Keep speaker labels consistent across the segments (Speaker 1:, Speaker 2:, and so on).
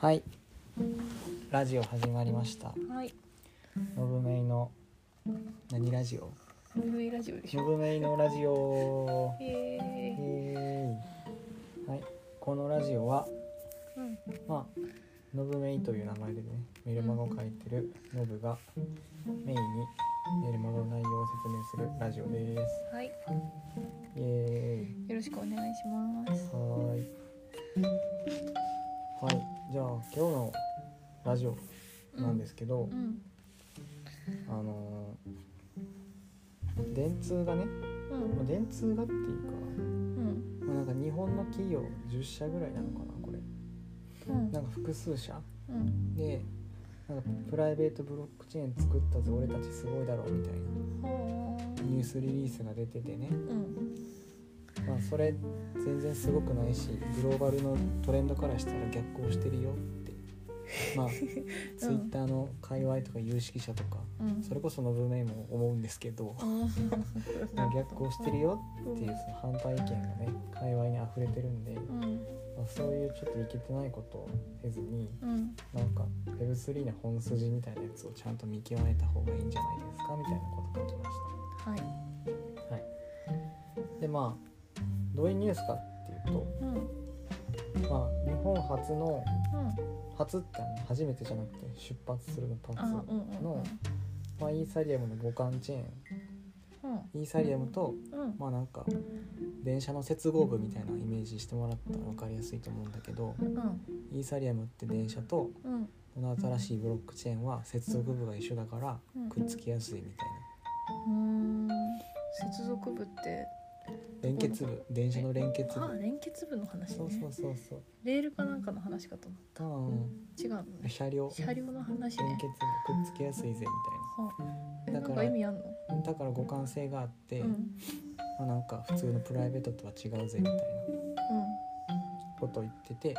Speaker 1: はい。ラジオ始まりました。
Speaker 2: はい。
Speaker 1: のぶめいの。何ラジオ。
Speaker 2: V ラジオでし
Speaker 1: の
Speaker 2: ょ。
Speaker 1: ぶめいのラジオ。
Speaker 2: え
Speaker 1: イ
Speaker 2: え
Speaker 1: エーイはい。このラジオは。
Speaker 2: うん。
Speaker 1: まあ。のぶめいという名前でね、メルマガを書いてるのぶが。メインに。メルマガの内容を説明するラジオです。
Speaker 2: はい。
Speaker 1: イエ
Speaker 2: よろしくお願いします。。
Speaker 1: ーイ。はーい。はい。じゃあ、今日の。ラジオ。なんですすけど。
Speaker 2: うん。
Speaker 1: あのー電通がね、
Speaker 2: う
Speaker 1: まあ
Speaker 2: ん。
Speaker 1: 電通がっていう
Speaker 2: うん。
Speaker 1: か、まあ、なんか日本の企業10社ぐらいなのかなこれ
Speaker 2: うん。
Speaker 1: なんか複数社
Speaker 2: うん。
Speaker 1: でなんかプライベートブロックチェーン作ったぞ俺たちすごいだろうみたいな
Speaker 2: ほ
Speaker 1: ニュースリリースが出ててね、
Speaker 2: う。うん。
Speaker 1: まあ、それ全然すごくないしグローバルのトレンドからしたら逆行してるよってまあツイッターの界隈とか有識者とか
Speaker 2: うん。
Speaker 1: それこその文明も思うんですけど
Speaker 2: うん。
Speaker 1: 逆行してるよっていうその反対意見がね界隈に溢れてるんで、
Speaker 2: う
Speaker 1: ま
Speaker 2: ん。
Speaker 1: あ、そういうちょっといけてないことをせずに
Speaker 2: うん。
Speaker 1: なんか Web3 の本筋みたいなやつをちゃんと見極めた方がいいんじゃないですかみたいなこと書きまし
Speaker 2: はい。
Speaker 1: た。はい、でまあどういうニュースかっていう
Speaker 2: うん。うん。
Speaker 1: と、まあ、日本初の初ってあの初めてじゃなくて出発するのパー
Speaker 2: あ、
Speaker 1: ツ、
Speaker 2: うん。うん。
Speaker 1: のまあ、イーサリアムの互換チェー
Speaker 2: うん。
Speaker 1: ンイーサリアムと
Speaker 2: うん。
Speaker 1: まあなんか電車の接合部みたいなイメージしてもらったら分かりやすいと思うんだけど
Speaker 2: うん。
Speaker 1: イーサリアムって電車と
Speaker 2: うん。
Speaker 1: この新しいブロックチェーンは接続部が一緒だから
Speaker 2: うん
Speaker 1: くっつきやすいみたい
Speaker 2: うん。接続部って。
Speaker 1: な連結部電車の連結
Speaker 2: あ、
Speaker 1: 部
Speaker 2: 連結部の話
Speaker 1: そうそ
Speaker 2: ね
Speaker 1: う。そうそう
Speaker 2: レールかなんかの話かと思
Speaker 1: ターン
Speaker 2: う。違うね。
Speaker 1: 車両連結
Speaker 2: 車両の話
Speaker 1: 部
Speaker 2: ね。
Speaker 1: くっつきやすいぜみ
Speaker 2: はあ。え、
Speaker 1: だか
Speaker 2: な
Speaker 1: ら
Speaker 2: んか意味あんの？
Speaker 1: たいなだから互換性があって、
Speaker 2: うん。うん。
Speaker 1: まあ、なんか普通のプライベートとは違うぜみたいなことを言ってて、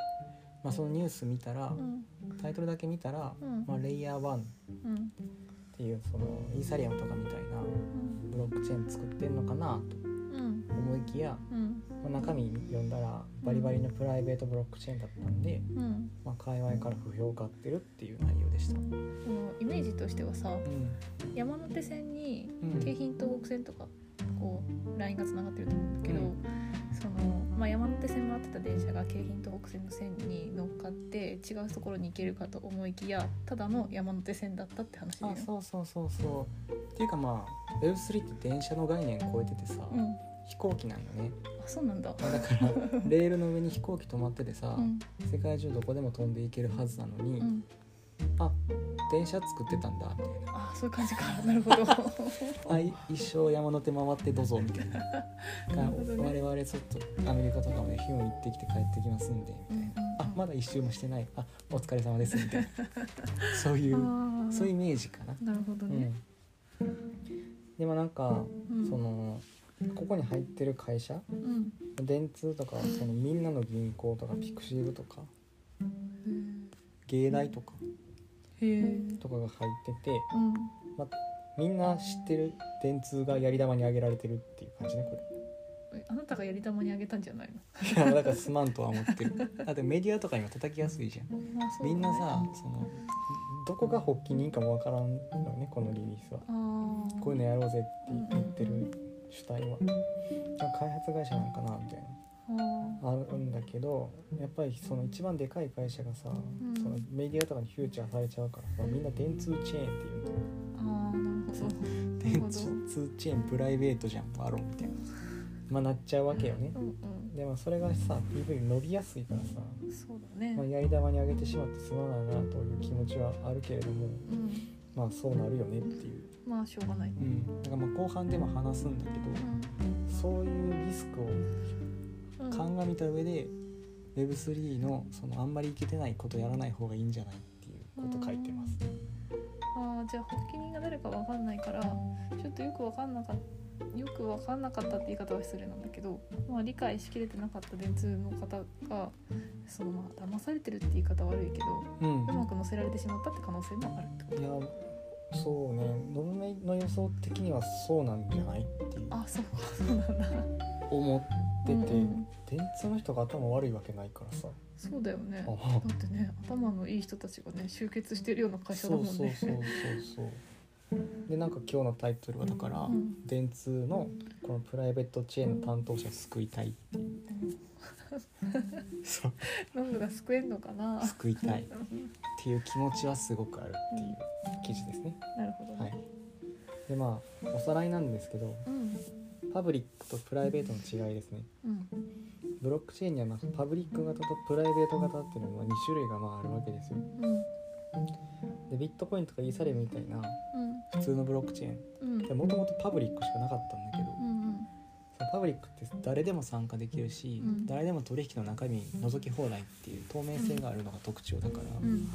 Speaker 1: まあ、そのニュース見たら
Speaker 2: うん。
Speaker 1: タイトルだけ見たら、
Speaker 2: うん。
Speaker 1: まあ、レイヤー1っ
Speaker 2: うん。
Speaker 1: ていうそのイーサリアムとかみたいな
Speaker 2: うん
Speaker 1: ブロックチェーン作ってんのかなと
Speaker 2: うん
Speaker 1: 思いきや、
Speaker 2: うん
Speaker 1: まあ中身読んだらバリバリのプライベートブロックチェーンだったんで、
Speaker 2: うん
Speaker 1: まあ、界隈から不評を買ってるっていう内容でした。うん
Speaker 2: このイメージとしてはさ
Speaker 1: う
Speaker 2: 山手線に
Speaker 1: うん
Speaker 2: 京浜東北線とかこうラインがつながってると思うんだけど、
Speaker 1: うん
Speaker 2: そのまあ、山手線回ってた電車が京浜東北線の線に乗っかって違うところに行けるかと思いきやただの山手線だったって話だよ
Speaker 1: あ
Speaker 2: ね。
Speaker 1: そうそうそうそうっていうかまあ Web3 って電車の概念超えててさ、
Speaker 2: うん、あ
Speaker 1: 飛行機なんよね、
Speaker 2: そうなんだ。
Speaker 1: まあだ からレールの上に飛行機止まっててさ、
Speaker 2: うん
Speaker 1: 世界中どこでも飛んでいけるはずなのに、
Speaker 2: うん、
Speaker 1: あ電車作ってたんだみたいな
Speaker 2: あそういう感じかなるほど。
Speaker 1: あい一生山手回ってどうぞみたいな
Speaker 2: なるほど
Speaker 1: 我
Speaker 2: ね
Speaker 1: 々ちょっとアメリカとかまでヒュン行ってきて帰ってきますんでみたいな、
Speaker 2: うんうんうん
Speaker 1: あまだ一周もしてないあお疲れ様ですみたい なそういう
Speaker 2: あー
Speaker 1: そういうイメージかな、
Speaker 2: なるほど
Speaker 1: う
Speaker 2: ね。
Speaker 1: ん、でもなんか、
Speaker 2: うん
Speaker 1: そのここに入ってる会社
Speaker 2: うん
Speaker 1: 電通とかそのみんなの銀行とかピクシブとか
Speaker 2: うん
Speaker 1: 芸大とか
Speaker 2: へえ。
Speaker 1: とかが入ってて
Speaker 2: うん
Speaker 1: みんな知ってる電通がやり玉に挙げられてるっていう感じねこれ。
Speaker 2: えあなたがやり玉にあげたんじゃないの
Speaker 1: いやだからすまんとは思ってるだってメディアとか今叩きやすいじゃん、
Speaker 2: まあそうだね
Speaker 1: みんなさそのどこが発起人かもわからんのねこのリリースは
Speaker 2: あー
Speaker 1: こういうのやろうぜって言ってる主体は開発会社なんかなみたい
Speaker 2: あ
Speaker 1: なあるんだけどやっぱりその一番でかい会社がさ、
Speaker 2: ん
Speaker 1: そのメディアとかにフューチャーされちゃうからさみんな電通チェーンっていうんだよ
Speaker 2: ーあーなるほどなる
Speaker 1: 電
Speaker 2: ほど
Speaker 1: 通チェーンプライベートじゃんあろうみたいなまあなっちゃうわけよね
Speaker 2: うんうん
Speaker 1: でもそれがさ PV 伸びやすいからさ
Speaker 2: そうだね、
Speaker 1: まあ、やり玉にあげてしまってすまないなという気持ちはあるけれども
Speaker 2: うん
Speaker 1: まあそうなるよねっていう、
Speaker 2: まあしょうがない、
Speaker 1: うん、だからまあ後半でも話すんだけどそういうリスクを
Speaker 2: うんうん、
Speaker 1: 鑑みた上で Web3 のそのあんまりいけてないことやらない方がいいんじゃないっていうこと書いてます。
Speaker 2: あーじゃあ発起人が誰かわかんないからちょっとよくわかんなかったよくわかんなかったって言い方は失礼なんだけど、まあ、理解しきれてなかった電通の方がそのまあ騙されてるって言い方は悪いけ
Speaker 1: う
Speaker 2: ど
Speaker 1: ん
Speaker 2: うまく乗せられてしまったって可能性もあるってこと
Speaker 1: いやそうねノブメの予想的にはそうなんじゃないっていう
Speaker 2: あそうかそうなんだ
Speaker 1: 思ってて、
Speaker 2: うんうん
Speaker 1: 電通の人が頭悪いわけないからさ
Speaker 2: そうだよねだ
Speaker 1: あ
Speaker 2: ってね頭のいい人たちがね集結してるような会社だ
Speaker 1: そ
Speaker 2: もん
Speaker 1: う
Speaker 2: ね
Speaker 1: そう そうそうそうでなんか今日のタイトルはだから、
Speaker 2: うん
Speaker 1: 電通のこのプライベートチェーンの担当者を救いたいっていう そう
Speaker 2: ノブが救えんのかな
Speaker 1: 救いたいっ
Speaker 2: うん
Speaker 1: ていう気持ちはすごくあるっていう記事ですね
Speaker 2: なるほどね、
Speaker 1: はいでまあおさらいなんですけど
Speaker 2: うん
Speaker 1: パブリックとプライベートの違いですね
Speaker 2: うん
Speaker 1: ブロックチェーンにはまあパブリック型とプライベート型っていうのは2種類がまああるわけですよ
Speaker 2: うん
Speaker 1: でビットコインとかイーサレムみたいな
Speaker 2: うん
Speaker 1: 普通のブロックチェーン
Speaker 2: うん
Speaker 1: でもともとパブリックしかなかったんだけど
Speaker 2: うん
Speaker 1: そのパブリックって誰でも参加できるし、
Speaker 2: うん
Speaker 1: 誰でも取引の中身覗き放題っていう透明性があるのが特徴だから、
Speaker 2: うん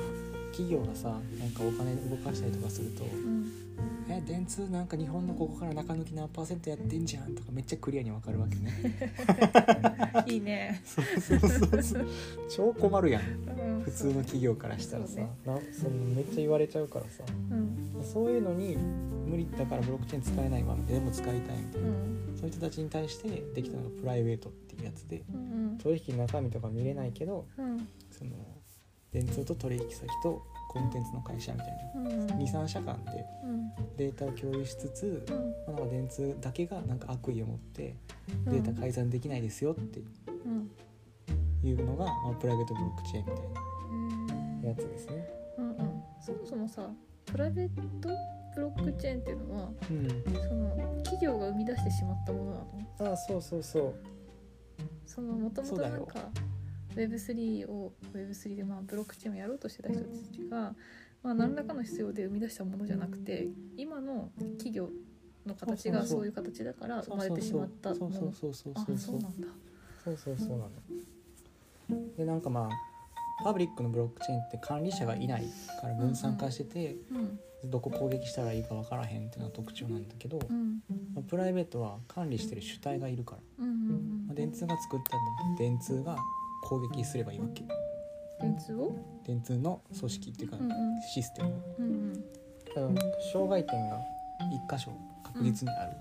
Speaker 1: 企業がさなんかお金動かしたりとかすると「
Speaker 2: うん
Speaker 1: え電通なんか日本のここから中抜き何パーセントやってんじゃん」とかめっちゃクリアに分かるわけ ね
Speaker 2: いいね
Speaker 1: そうそうそうそう 超困るやん
Speaker 2: うん
Speaker 1: 普通の企業からしたらさ
Speaker 2: そうね
Speaker 1: なそのめっちゃ言われちゃうからさ
Speaker 2: うん
Speaker 1: そういうのに無理だからブロックチェーン使えないわでも使いたいみたい
Speaker 2: うん
Speaker 1: なそういう人たちに対してできたのがプライベートっていうやつで
Speaker 2: うん
Speaker 1: 取引の中身とか見れないけど
Speaker 2: うん
Speaker 1: その電通と取引先とコンテンツの会社みたい
Speaker 2: うん
Speaker 1: な23社間で
Speaker 2: うん
Speaker 1: データを共有しつつ、
Speaker 2: うん
Speaker 1: まあなんか電通だけがなんか悪意を持ってデータ改ざんできないですよって
Speaker 2: うん
Speaker 1: いうのが、まあ、プライベートブロックチェーンみたいなやつですね。
Speaker 2: うんうんそもそもさプライベートブロックチェーンっていうのは
Speaker 1: うん、
Speaker 2: その企業が生み出してしまったものなの
Speaker 1: ああそうそうそう
Speaker 2: そのもとも
Speaker 1: そ
Speaker 2: と
Speaker 1: うだよ
Speaker 2: なんか Web3 を Web3 でまあブロックチェーンをやろうとしてた人たちが、まあ、何らかの必要で生み出したものじゃなくて今の企業の形が
Speaker 1: そうそうそう
Speaker 2: そういう形だから生まれてしまった
Speaker 1: そ
Speaker 2: も
Speaker 1: うそう
Speaker 2: の
Speaker 1: そうそう
Speaker 2: あ
Speaker 1: そう
Speaker 2: そ
Speaker 1: そうう
Speaker 2: なんだ
Speaker 1: そうそうそうなの。でなんかまあパブリックのブロックチェーンって管理者がいないから分散化してて、
Speaker 2: うん
Speaker 1: どこ攻撃したらいいか分からへんっていうのは特徴なんだけど、
Speaker 2: うん
Speaker 1: まあプライベートは管理してる主体がいるから、
Speaker 2: うんうんう
Speaker 1: まあ、
Speaker 2: ん
Speaker 1: 電通が作ったんで電通が攻撃すればいいわけ
Speaker 2: 電通を
Speaker 1: 電通の組織っていうか
Speaker 2: うんうん
Speaker 1: システム、
Speaker 2: うん
Speaker 1: だから障害点が1箇所確実にある、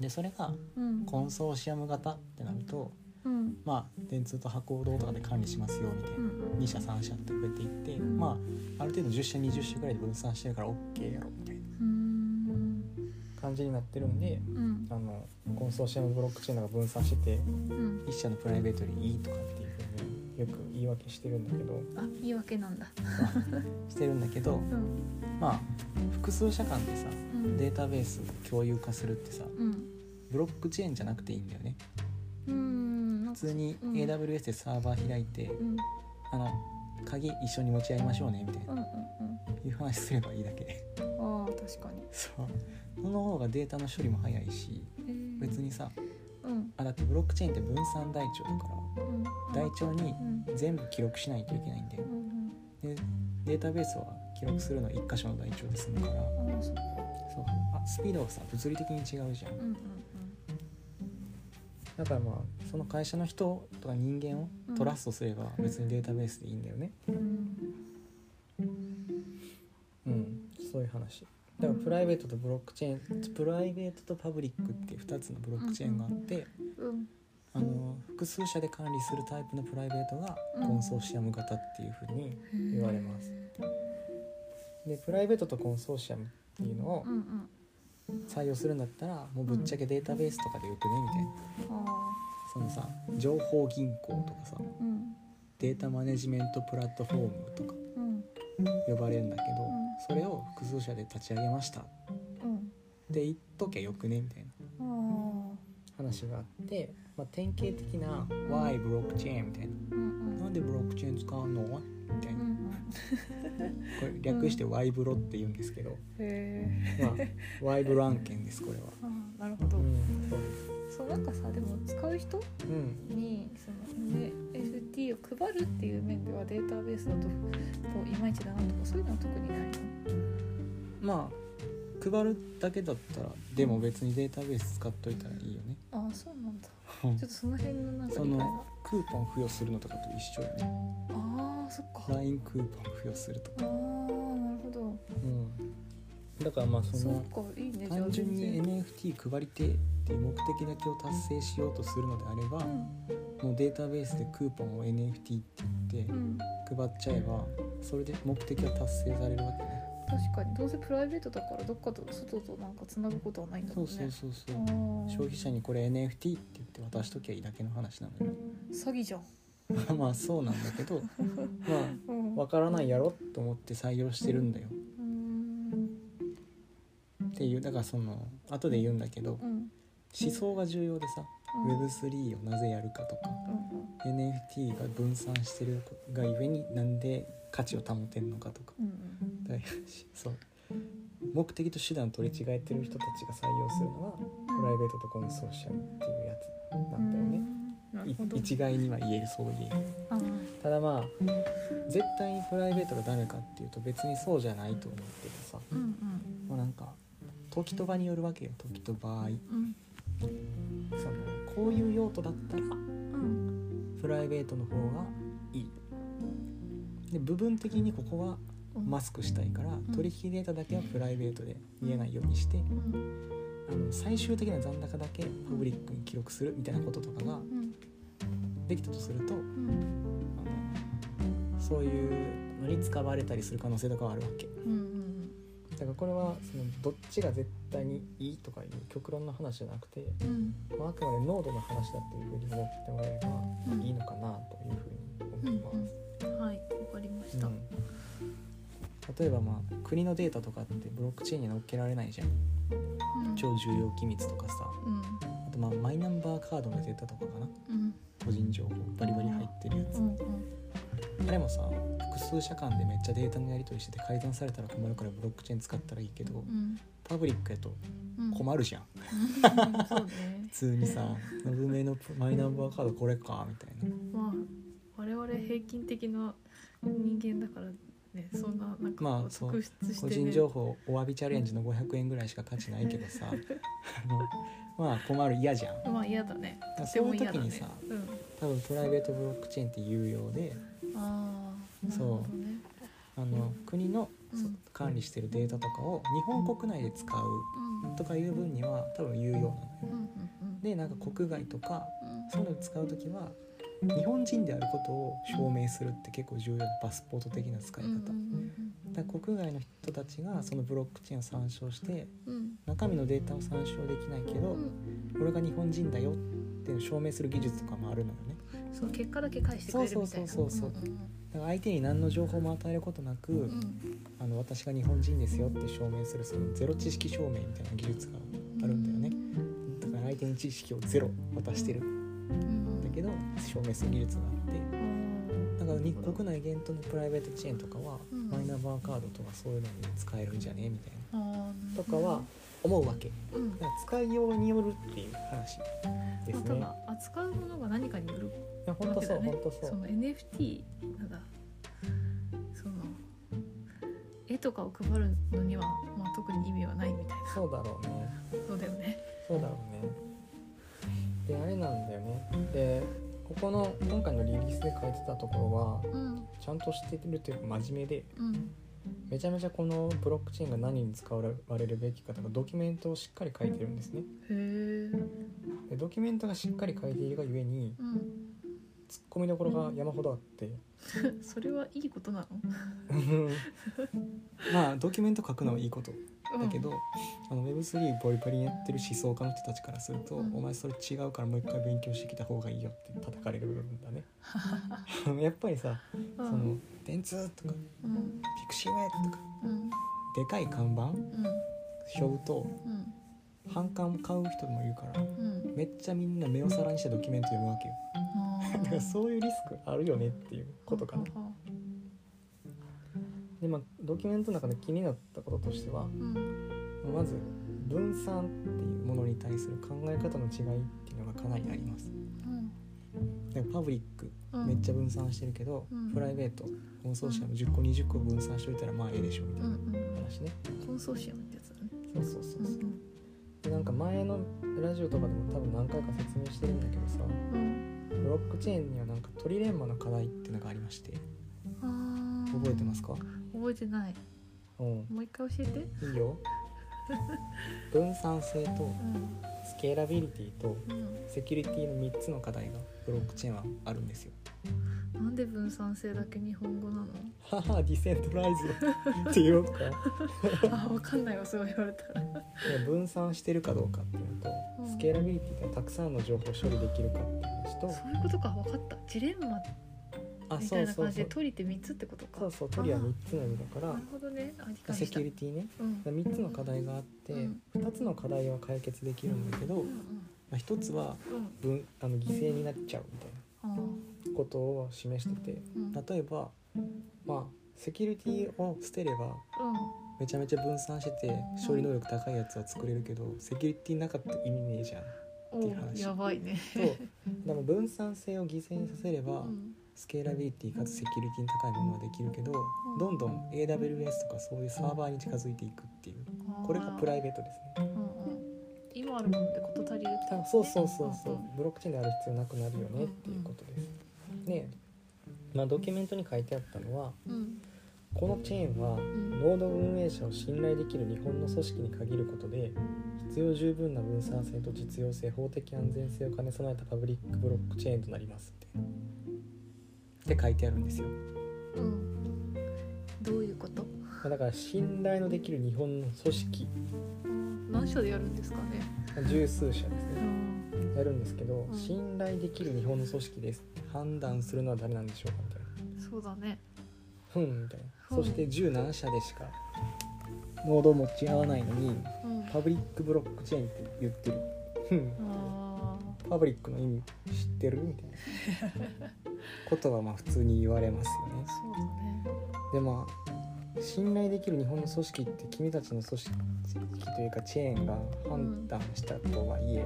Speaker 1: でそれが
Speaker 2: うん
Speaker 1: コンソーシアム型ってなると
Speaker 2: うん
Speaker 1: まあ電通と博報堂とかで管理しますよみたいな、
Speaker 2: うん
Speaker 1: 2社3社って増えていって、
Speaker 2: うん
Speaker 1: まあある程度10社20社ぐらいで分散してるから OK やろみたいな
Speaker 2: うん
Speaker 1: 感じになってるんで
Speaker 2: うん
Speaker 1: あのコンソーシアムブロックチェーンが分散してて
Speaker 2: うん
Speaker 1: 一社のプライベートにいいとかっていうふうによく言い訳してるんだけど
Speaker 2: あ言い訳なんだ
Speaker 1: してるんだけど
Speaker 2: うん
Speaker 1: まあ複数社間でさ
Speaker 2: うん
Speaker 1: データベース共有化するってさ
Speaker 2: うん
Speaker 1: ブロックチェーンじゃなくていいんだよね
Speaker 2: うんなん
Speaker 1: 普
Speaker 2: か
Speaker 1: 通に
Speaker 2: うん
Speaker 1: AWS でサーバー開いて
Speaker 2: うん
Speaker 1: あの鍵一緒に持ち合いましょうねみたいな
Speaker 2: うんうん
Speaker 1: いう話すればいいだけ
Speaker 2: うんああ確かに
Speaker 1: そうその方がデータの処理も早いし別にさ
Speaker 2: うん
Speaker 1: あだってブロックチェーンって分散台帳だから
Speaker 2: うん
Speaker 1: 台帳に
Speaker 2: うん
Speaker 1: 全部記録しないといけないんだよ
Speaker 2: うん
Speaker 1: でデータベースは記録するのは1箇所の台帳で済むから
Speaker 2: うんああそっか
Speaker 1: そうあスピードがさ物理的に違うじゃん
Speaker 2: うん
Speaker 1: だからまあその会社の人とか人間を
Speaker 2: うん
Speaker 1: トラストすれば別にデータベースでいいんだよね
Speaker 2: うんうん
Speaker 1: うん、そういう話だからプライベートとブロックチェーンプライベートとパブリックって2つのブロックチェーンがあって、
Speaker 2: うん
Speaker 1: あの複数社で管理するタイプのプライベートが
Speaker 2: うん
Speaker 1: コンソーシアム型っていうふうに
Speaker 2: うん
Speaker 1: 言われますでプライベートとコンソーシアムっていうのを
Speaker 2: うんうん
Speaker 1: 採用するんだったらもうぶっちゃけデータベースとかでよくねみたいな
Speaker 2: あ
Speaker 1: そのさ情報銀行とかさ
Speaker 2: あうん
Speaker 1: データマネジメントプラットフォームとか
Speaker 2: うん
Speaker 1: 呼ばれるんだけど、
Speaker 2: ん
Speaker 1: それを複数社で立ち上げましたっ
Speaker 2: うん
Speaker 1: て言っときゃよくねみたいな
Speaker 2: ああ
Speaker 1: 話があって、まあ、典型的な「Why ブロックチェーン」みたいな
Speaker 2: うんうん
Speaker 1: 「なんでブロックチェーン使うの?」みたいうなんこれ略して「Y ブロ」って言うんですけど、
Speaker 2: へえ
Speaker 1: まあ Y ブロ案件ですこれは。
Speaker 2: ああなるほど
Speaker 1: うん、そうです。
Speaker 2: そうなんかさでも使う人
Speaker 1: うん、
Speaker 2: にその NFT を配るっていう面ではデータベースだとこういまいちだなとかそういうのは特にないの
Speaker 1: まあ配るだけだったらでも別にデータベース使っといたらいいよね。
Speaker 2: ああそうなんだちょっとその辺のなんか
Speaker 1: そ
Speaker 2: 理解が
Speaker 1: のクーポン付与するのとかと一緒よね。
Speaker 2: ああそっか
Speaker 1: LINE クーポン付与するとか。
Speaker 2: ああなるほど
Speaker 1: うん、だからまあそ
Speaker 2: そ
Speaker 1: の
Speaker 2: っかいいねじゃあ
Speaker 1: 単純
Speaker 2: 全然
Speaker 1: に NFT 配りてっていう目的だけを達成しようとするのであれば、
Speaker 2: うん
Speaker 1: のデータベースでクーポンを NFT って言って
Speaker 2: うん
Speaker 1: 配っちゃえばそれで目的は達成されるわけね
Speaker 2: 確かにどうせプライベートだからどっかと外となんかつなぐことはないんだ
Speaker 1: そ
Speaker 2: もん
Speaker 1: う
Speaker 2: ね
Speaker 1: そうそうそう
Speaker 2: あー
Speaker 1: 消費者にこれ NFT って言って渡しときゃいいだけの話なのに
Speaker 2: 詐欺じゃん、
Speaker 1: まあそうなんだけ どま
Speaker 2: うん
Speaker 1: あわからないやろと思って採用してるんだよ
Speaker 2: うーん
Speaker 1: っていうだからその後で言うんだけど
Speaker 2: うんうん
Speaker 1: 思想が重要でさ Web3 をなぜやるかとか
Speaker 2: うん
Speaker 1: NFT が分散してるがゆえになんで価値を保てるのかとか
Speaker 2: うん
Speaker 1: だいそう目的と手段を取り違えてる人たちが採用するのは
Speaker 2: うん
Speaker 1: プライベートとコンソーシアムっていうやつなんだよね。
Speaker 2: うんなる
Speaker 1: い
Speaker 2: ほど
Speaker 1: 一概には言えるそう言える
Speaker 2: あー
Speaker 1: ただまあ絶対にプライベートがダメかっていうと別にそうじゃないと思っててさ
Speaker 2: うんうん
Speaker 1: もうなんか時と場によるわけよ時と場合
Speaker 2: うん
Speaker 1: そのこういう用途だったら
Speaker 2: うん
Speaker 1: プライベートの方がいいで部分的にここは
Speaker 2: うん
Speaker 1: マスクしたいから取引データだけはプライベートで見えないようにして
Speaker 2: うん
Speaker 1: あの最終的な残高だけパブリックに記録するみたいなこととかが
Speaker 2: うん
Speaker 1: できたとすると
Speaker 2: うん
Speaker 1: あのそういうのに使われたりする可能性とかはあるわけ
Speaker 2: うんうん
Speaker 1: だからこれはそのどっちが絶対にいいとかいう極論の話じゃなくて、
Speaker 2: うん
Speaker 1: まあ、あくまで濃度の話だっていうふうに思ってもらえれ
Speaker 2: う
Speaker 1: ば
Speaker 2: ん
Speaker 1: いいのかなというふうに思います。
Speaker 2: うんはいわかりました、
Speaker 1: うん例えばまあ国のデータとかってブロックチェーンに載っけられないじゃん
Speaker 2: うん
Speaker 1: 超重要機密とかさ
Speaker 2: うん
Speaker 1: あとまあマイナンバーカードのデータとかかな
Speaker 2: うん
Speaker 1: 個人情報バリバリ入ってるやつ
Speaker 2: うんうん
Speaker 1: あれもさ複数社間でめっちゃデータのやり取りしてて改ざんされたら困るからブロックチェーン使ったらいいけど
Speaker 2: うん
Speaker 1: パブリックやと
Speaker 2: うん
Speaker 1: 困るじゃん
Speaker 2: うんそうね
Speaker 1: 普通にさ「文明のマイナンバーカードこれか」みたいな
Speaker 2: まあ我々平均的な人間だからねそんななんか
Speaker 1: まあ
Speaker 2: こう
Speaker 1: そう
Speaker 2: 特筆して、
Speaker 1: 個
Speaker 2: ね、
Speaker 1: 人情報お詫びチャレンジの500円ぐらいしか価値ないけどさあのまあ困る嫌じゃん
Speaker 2: まあ嫌だね
Speaker 1: だから
Speaker 2: で
Speaker 1: そう
Speaker 2: も
Speaker 1: いう
Speaker 2: 嫌
Speaker 1: 時
Speaker 2: だね
Speaker 1: にさ
Speaker 2: うん
Speaker 1: 多分プライベートブロックチェーンって有用で
Speaker 2: ああなるほどね
Speaker 1: あの国の
Speaker 2: うん
Speaker 1: そ管理してるデータとかを日本国内で使う
Speaker 2: うんうん
Speaker 1: とかいう分には多分有用なの
Speaker 2: うん
Speaker 1: よ。
Speaker 2: うん
Speaker 1: でなんか国外とか
Speaker 2: うん
Speaker 1: そういうのを使う時は日本人であることを証明するって結構重要なパスポート的な使い方。
Speaker 2: うんうん
Speaker 1: だから国外の人たちがそのブロックチェーンを参照して
Speaker 2: うん
Speaker 1: 中身のデータを参照できないけ
Speaker 2: う
Speaker 1: ど
Speaker 2: ん
Speaker 1: 俺が日本人だよっていうのを証明する技術とかもあるのよね
Speaker 2: うんそう結果だけ返してくれるみたいな
Speaker 1: そうそうそうそうだ
Speaker 2: そ
Speaker 1: から相手に何の情報も与えることなく、
Speaker 2: んうん
Speaker 1: あの私が日本人ですよって証明するそのゼロ知識証明みたいな技術があるんだよねだから相手に知識をゼロ渡してるん
Speaker 2: うん
Speaker 1: だけど証明する技術があって
Speaker 2: あー
Speaker 1: だから日国内限定のプライベートチェーンとかは
Speaker 2: うん
Speaker 1: マイナンバーカードとかそういうのに使えるんじゃねみたい
Speaker 2: あ
Speaker 1: な
Speaker 2: ー
Speaker 1: とかは思うわけ
Speaker 2: うん
Speaker 1: だから使いようによるっていう話ですね。い
Speaker 2: まあただ扱うものが何かによる
Speaker 1: や本当そう本当そう。
Speaker 2: の NFT なんだその絵とかを配るのには、まあ、特に意味はないみたい
Speaker 1: そうだろうね。
Speaker 2: なそうだよね
Speaker 1: そうだろうね。であれなんだよね。でここの今回のリリースで書いてたところは
Speaker 2: うん
Speaker 1: ちゃんとしてるというか真面目で
Speaker 2: うん
Speaker 1: めちゃめちゃこのブロックチェーンが何に使われるべきかとかドキュメントをしっかり書いてるんですね。
Speaker 2: へえ
Speaker 1: でドキュメントがしっかり書いているがゆえに
Speaker 2: うん
Speaker 1: ツッコミどころが山ほどあって。
Speaker 2: それはいいことなの
Speaker 1: まあドキュメント書くのはいいこと
Speaker 2: うん
Speaker 1: だけど、あの Web3 ボリバリやってる思想家の人たちからすると、
Speaker 2: うん
Speaker 1: お前それ違うからもう一回勉強してきた方がいいよって叩かれる部分だね やっぱりさ「
Speaker 2: う
Speaker 1: そ
Speaker 2: ん
Speaker 1: の電通」とか
Speaker 2: うん
Speaker 1: 「ピクシーウェイ」とか
Speaker 2: うん
Speaker 1: でかい看板
Speaker 2: うん
Speaker 1: 背負うと
Speaker 2: うん
Speaker 1: 反感を買う人もいるから
Speaker 2: うん
Speaker 1: めっちゃみんな目を皿にしてドキュメント読むわけよ
Speaker 2: あー
Speaker 1: だからそういうリスクあるよねっていうことかな。
Speaker 2: ははは
Speaker 1: でまあドキュメントの中で気になったこととしては
Speaker 2: うん
Speaker 1: まず分散っていうものに対する考え方の違いっていうのがかなりあります。
Speaker 2: うん
Speaker 1: だからパブリック
Speaker 2: うん
Speaker 1: めっちゃ分散してるけど、
Speaker 2: うん
Speaker 1: プライベートコンソーシアム10個20個分散しといたらまあええでしょみたい
Speaker 2: うん
Speaker 1: な
Speaker 2: うん
Speaker 1: 話ね、
Speaker 2: コンソーシアムってやつだね
Speaker 1: そうそうそううんそうでなんか前のラジオとかでも多分何回か説明してるんだけどさ
Speaker 2: うん
Speaker 1: ブロックチェーンにはなんかトリレンマの課題っていうのがありまして
Speaker 2: うんあー
Speaker 1: 覚えてますか
Speaker 2: 覚えてない
Speaker 1: うん
Speaker 2: もう一回教えて
Speaker 1: いいよ分散性と
Speaker 2: うん
Speaker 1: スケーラビリティと
Speaker 2: うん、
Speaker 1: セキュリティの3つの課題がブロックチェーンはあるんですよ。
Speaker 2: なんで分散性だけ日本語なの
Speaker 1: ははディセントライズっていうかい
Speaker 2: あわかんないわそう言われたら
Speaker 1: や分散してるかどうかっていうのと、
Speaker 2: うん
Speaker 1: スケーラビリティがたくさんの情報を処理できるかっていう話と
Speaker 2: そういうことかわかったジレンマ
Speaker 1: あ
Speaker 2: み
Speaker 1: そ
Speaker 2: たいうな
Speaker 1: そう
Speaker 2: 感じ
Speaker 1: そ
Speaker 2: で
Speaker 1: う
Speaker 2: 取りって3つってことか
Speaker 1: そうそうトリは3つの意味だか
Speaker 2: な
Speaker 1: ら
Speaker 2: るほどねあ理解
Speaker 1: セ
Speaker 2: し
Speaker 1: キ
Speaker 2: た
Speaker 1: ュリティね
Speaker 2: うん
Speaker 1: 3つの課題があって、
Speaker 2: うん
Speaker 1: 2つの課題は解決できるんだけど、
Speaker 2: うん
Speaker 1: まあ、1つは
Speaker 2: うんうん
Speaker 1: 分あの犠牲になっちゃうみたい
Speaker 2: あー
Speaker 1: なことを示してて
Speaker 2: うん
Speaker 1: 例えばまあセキュリティを捨てれば
Speaker 2: う
Speaker 1: めちゃめちゃ分散してて処理能力高いやつは作れるけどセキュリティなかったら意味ねえじゃん。
Speaker 2: ん
Speaker 1: っていう話
Speaker 2: おやばいね
Speaker 1: とでも分散性を犠牲にさせれば、
Speaker 2: うん
Speaker 1: スケーラビリティかつセキュリティの高いものができるけど、
Speaker 2: ん
Speaker 1: どんどん AWS とかそういうサーバーに近づいていくっていうこれがプライベートですね。
Speaker 2: うんうん今あるものでこと足りるってこと
Speaker 1: た
Speaker 2: ね
Speaker 1: そうそうそうそう、
Speaker 2: ん
Speaker 1: ブロックチェーンである必要なくなるよねっていうことです。で、まあ、ドキュメントに書いてあったのは
Speaker 2: うん
Speaker 1: このチェーンは
Speaker 2: ん
Speaker 1: ノード運営者を信頼できる日本の組織に限ることで必要十分な分散性と実用性法的安全性を兼ね備えたパブリックブロックチェーンとなりますってって書いてあるんですよ。
Speaker 2: うんうんどういうこと
Speaker 1: まあだから信頼のできる日本の組織
Speaker 2: 何社でやるんですかね
Speaker 1: 十数社です
Speaker 2: う
Speaker 1: ね
Speaker 2: ん
Speaker 1: やるんですけど、
Speaker 2: うん
Speaker 1: 信頼できる日本の組織ですって判断するのは誰なんでしょうかみたいな
Speaker 2: そうだね
Speaker 1: ふんみたいな、
Speaker 2: ふ
Speaker 1: そ
Speaker 2: ん
Speaker 1: して十何社でしかノードを持ち合わないのに
Speaker 2: うん
Speaker 1: パブリックブロックチェーンって言ってるふん
Speaker 2: あ
Speaker 1: パブリックの意味知ってるみたいなことはまあ普通に言われますよね
Speaker 2: ーそうだね
Speaker 1: でまあ信頼できる日本の組織って君たちの組織というかチェーンが判断したとはいえ、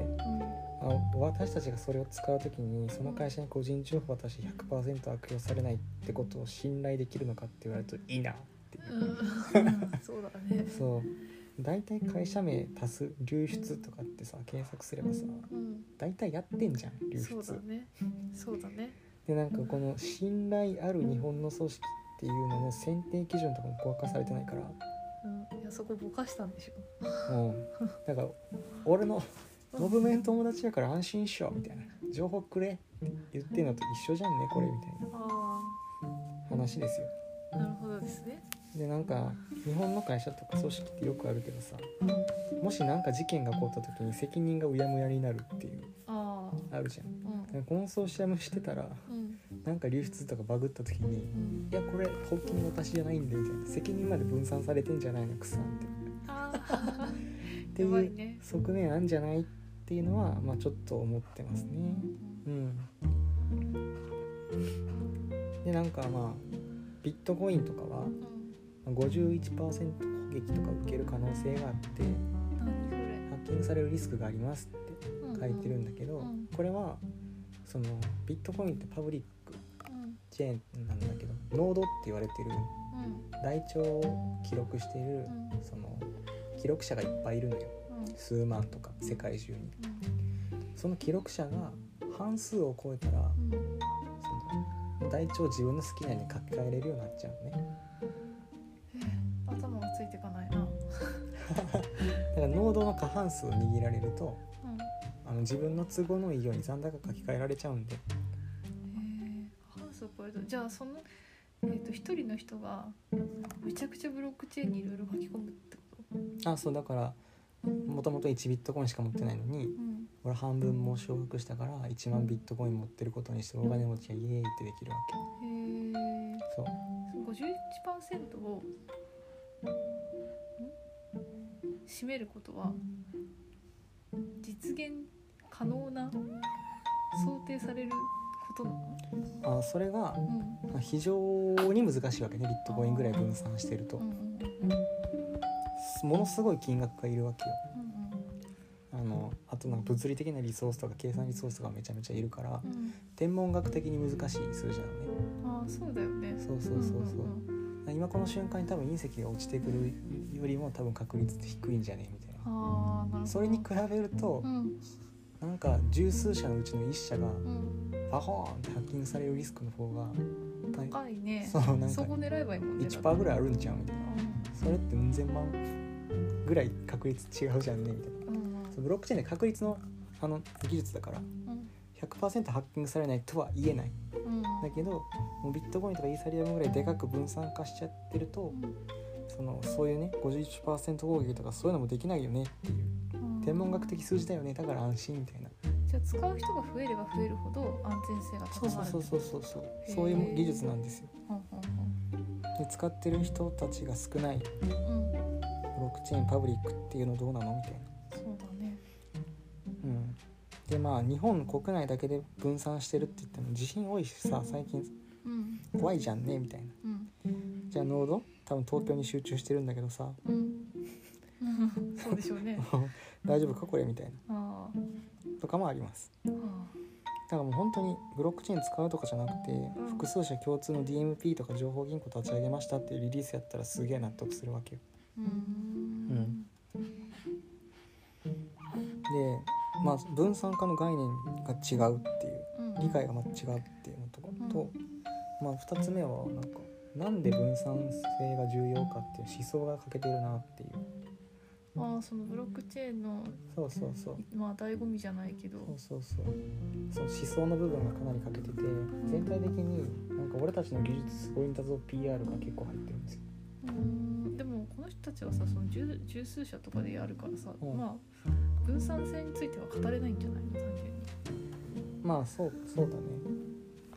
Speaker 1: あ私たちがそれを使う時にその会社に個人情報を渡して100%悪用されないってことを信頼できるのかって言われるといいなっていう
Speaker 2: う、ん、 うん、そうだね
Speaker 1: そう大体会社名足す流出とかってさ検索すればさ
Speaker 2: うん
Speaker 1: 大体やってんじゃん流
Speaker 2: そうだ
Speaker 1: 出
Speaker 2: ねそうだね
Speaker 1: でなんかこの信頼ある日本の組織っていうのの選定基準とかも公開されてないから
Speaker 2: うんいやそこぼかしたんでしょ
Speaker 1: うんだから俺のノブメン友達やから安心しようみたいな情報くれって言ってんのと一緒じゃんねこれみたいな
Speaker 2: あ
Speaker 1: 話ですよ
Speaker 2: あなるほどですね
Speaker 1: でなんか日本の会社とか組織ってよくあるけどさもし何か事件が起こった時に責任がうやむやになるっていう
Speaker 2: ああ
Speaker 1: あるじゃん
Speaker 2: うん
Speaker 1: だからこのソーシャムしてたら
Speaker 2: うん
Speaker 1: なんか流出とかバグった時に
Speaker 2: うん
Speaker 1: いやこれ本当に私じゃないんでみたいな責任まで分散されてんじゃないのくさんって
Speaker 2: ああ
Speaker 1: って
Speaker 2: やばい
Speaker 1: いう
Speaker 2: ね
Speaker 1: 側面あんじゃないっていうのはまあちょっと思ってますねうんでなんかまあビットコインとかは
Speaker 2: うん
Speaker 1: 51%攻撃とか受ける可能性があって
Speaker 2: 何それ
Speaker 1: ハッキングされるリスクがありますって書いてるんだけど、
Speaker 2: うん
Speaker 1: これはそのビットコインってパブリック
Speaker 2: うん
Speaker 1: チェーンなんだけどノードって言われてる
Speaker 2: うん
Speaker 1: 台帳を記録している
Speaker 2: うん
Speaker 1: その記録者がいっぱいいるのよ
Speaker 2: うん
Speaker 1: 数万とか世界中に
Speaker 2: う
Speaker 1: その記録者が半数を超えたら
Speaker 2: んうん
Speaker 1: その台帳を自分の好きなように書き換えれるようになっちゃうのね
Speaker 2: 頭がついていかないな。
Speaker 1: だからノードの過半数を握られると
Speaker 2: うん。
Speaker 1: あの自分の都合のいいように残高書き換えられちゃうんで
Speaker 2: ええー、ハウスを超えると、じゃあそのえっ、と一人の人がめちゃくちゃブロックチェーンにいろいろ書き込むってこと。
Speaker 1: あそうだからもともと1ビットコインしか持ってないのに
Speaker 2: うん。
Speaker 1: 俺半分もう昇格したから1万ビットコイン持ってることにして大金持ちがイエーイってできるわ
Speaker 2: へえ
Speaker 1: けそう
Speaker 2: ー、その五十一パーセントをん占めることは実現可能な想定されることなの？
Speaker 1: あそれが
Speaker 2: うん。
Speaker 1: まあ非常に難しいわけねビットコインぐらい分散してると
Speaker 2: うんうん
Speaker 1: ものすごい金額がいるわけよ
Speaker 2: うん
Speaker 1: あのあとなんか物理的なリソースとか計算リソースがめちゃめちゃいるから
Speaker 2: うんうん。
Speaker 1: 天文学的に難しい数字なのね
Speaker 2: ああそうだよね。
Speaker 1: そうそうそうそうん
Speaker 2: んん
Speaker 1: 今この瞬間に多分隕石が落ちてくるよりも多分確率って低いんじゃねみたいな
Speaker 2: ああなるほど。
Speaker 1: それに比べると
Speaker 2: うん
Speaker 1: なんか十数社のうちの1社が
Speaker 2: うん。
Speaker 1: パホーンってハッキングされるリスクの方が大
Speaker 2: 高いね
Speaker 1: そ
Speaker 2: そう
Speaker 1: なんか
Speaker 2: こ狙えばいいもんね
Speaker 1: 1%ぐらいあるんちゃうみたいな
Speaker 2: だって
Speaker 1: それってうん千万ぐらい確率違うじゃんねみたいな
Speaker 2: うんうんうん
Speaker 1: そブロックチェーンで確率のあの技術だから
Speaker 2: うん
Speaker 1: 100%ハッキングされないとは言えない
Speaker 2: うん
Speaker 1: だけどもうビットコインとかイーサリアムぐらいでかく分散化しちゃってるとそのそういうね51%攻撃とかそういうのもできないよねっていう
Speaker 2: うん
Speaker 1: 天文学的数字だよねだから安心みたいな
Speaker 2: じゃあ使う人が増えれば増えるほど安全性が
Speaker 1: そ
Speaker 2: 高
Speaker 1: う
Speaker 2: ま
Speaker 1: そう
Speaker 2: る
Speaker 1: そうそうそうそうそう
Speaker 2: へ
Speaker 1: い
Speaker 2: ー
Speaker 1: う技術なんですよ
Speaker 2: うん
Speaker 1: で使ってる人たちが少ないブ
Speaker 2: うんうんうん
Speaker 1: ロックチェーンパブリックっていうのどうなのみたいな
Speaker 2: そうだね
Speaker 1: うんでまあ日本国内だけで分散してるって言っても地震多いしさ最近
Speaker 2: うん
Speaker 1: 怖いじゃんねみたいな
Speaker 2: うん
Speaker 1: じゃあノード多分東京に集中してるんだけどさ
Speaker 2: うんそうでしょうね
Speaker 1: 大丈夫かこれみたいな
Speaker 2: ああ
Speaker 1: とかもあります
Speaker 2: ああ
Speaker 1: だからもう本当にブロックチェーン使うとかじゃなくて
Speaker 2: ん
Speaker 1: 複数社共通の DMP とか情報銀行立ち上げましたっていうリリースやったらすげえ納得するわけよ
Speaker 2: うーん
Speaker 1: でまあ分散化の概念が違うっていう
Speaker 2: うん
Speaker 1: 理解がまた違うっていうのとか
Speaker 2: う
Speaker 1: と、まあ、2つ目はなんかなんで分散性が重要かっていう思想が欠けてるなっていう
Speaker 2: ああそのブロックチェーンの
Speaker 1: そうそうそう
Speaker 2: まあ醍醐味じゃないけど
Speaker 1: そうそうそうその思想の部分がかなり欠けてて全体的になんか俺たちの技術すごいんだぞ PR が結構入ってるんですよ
Speaker 2: うーんでもこの人たちはさその十十数社とかでやるからさ、
Speaker 1: うん
Speaker 2: まあ分散性については語れないんじゃないの単純に、
Speaker 1: まあそうそうだね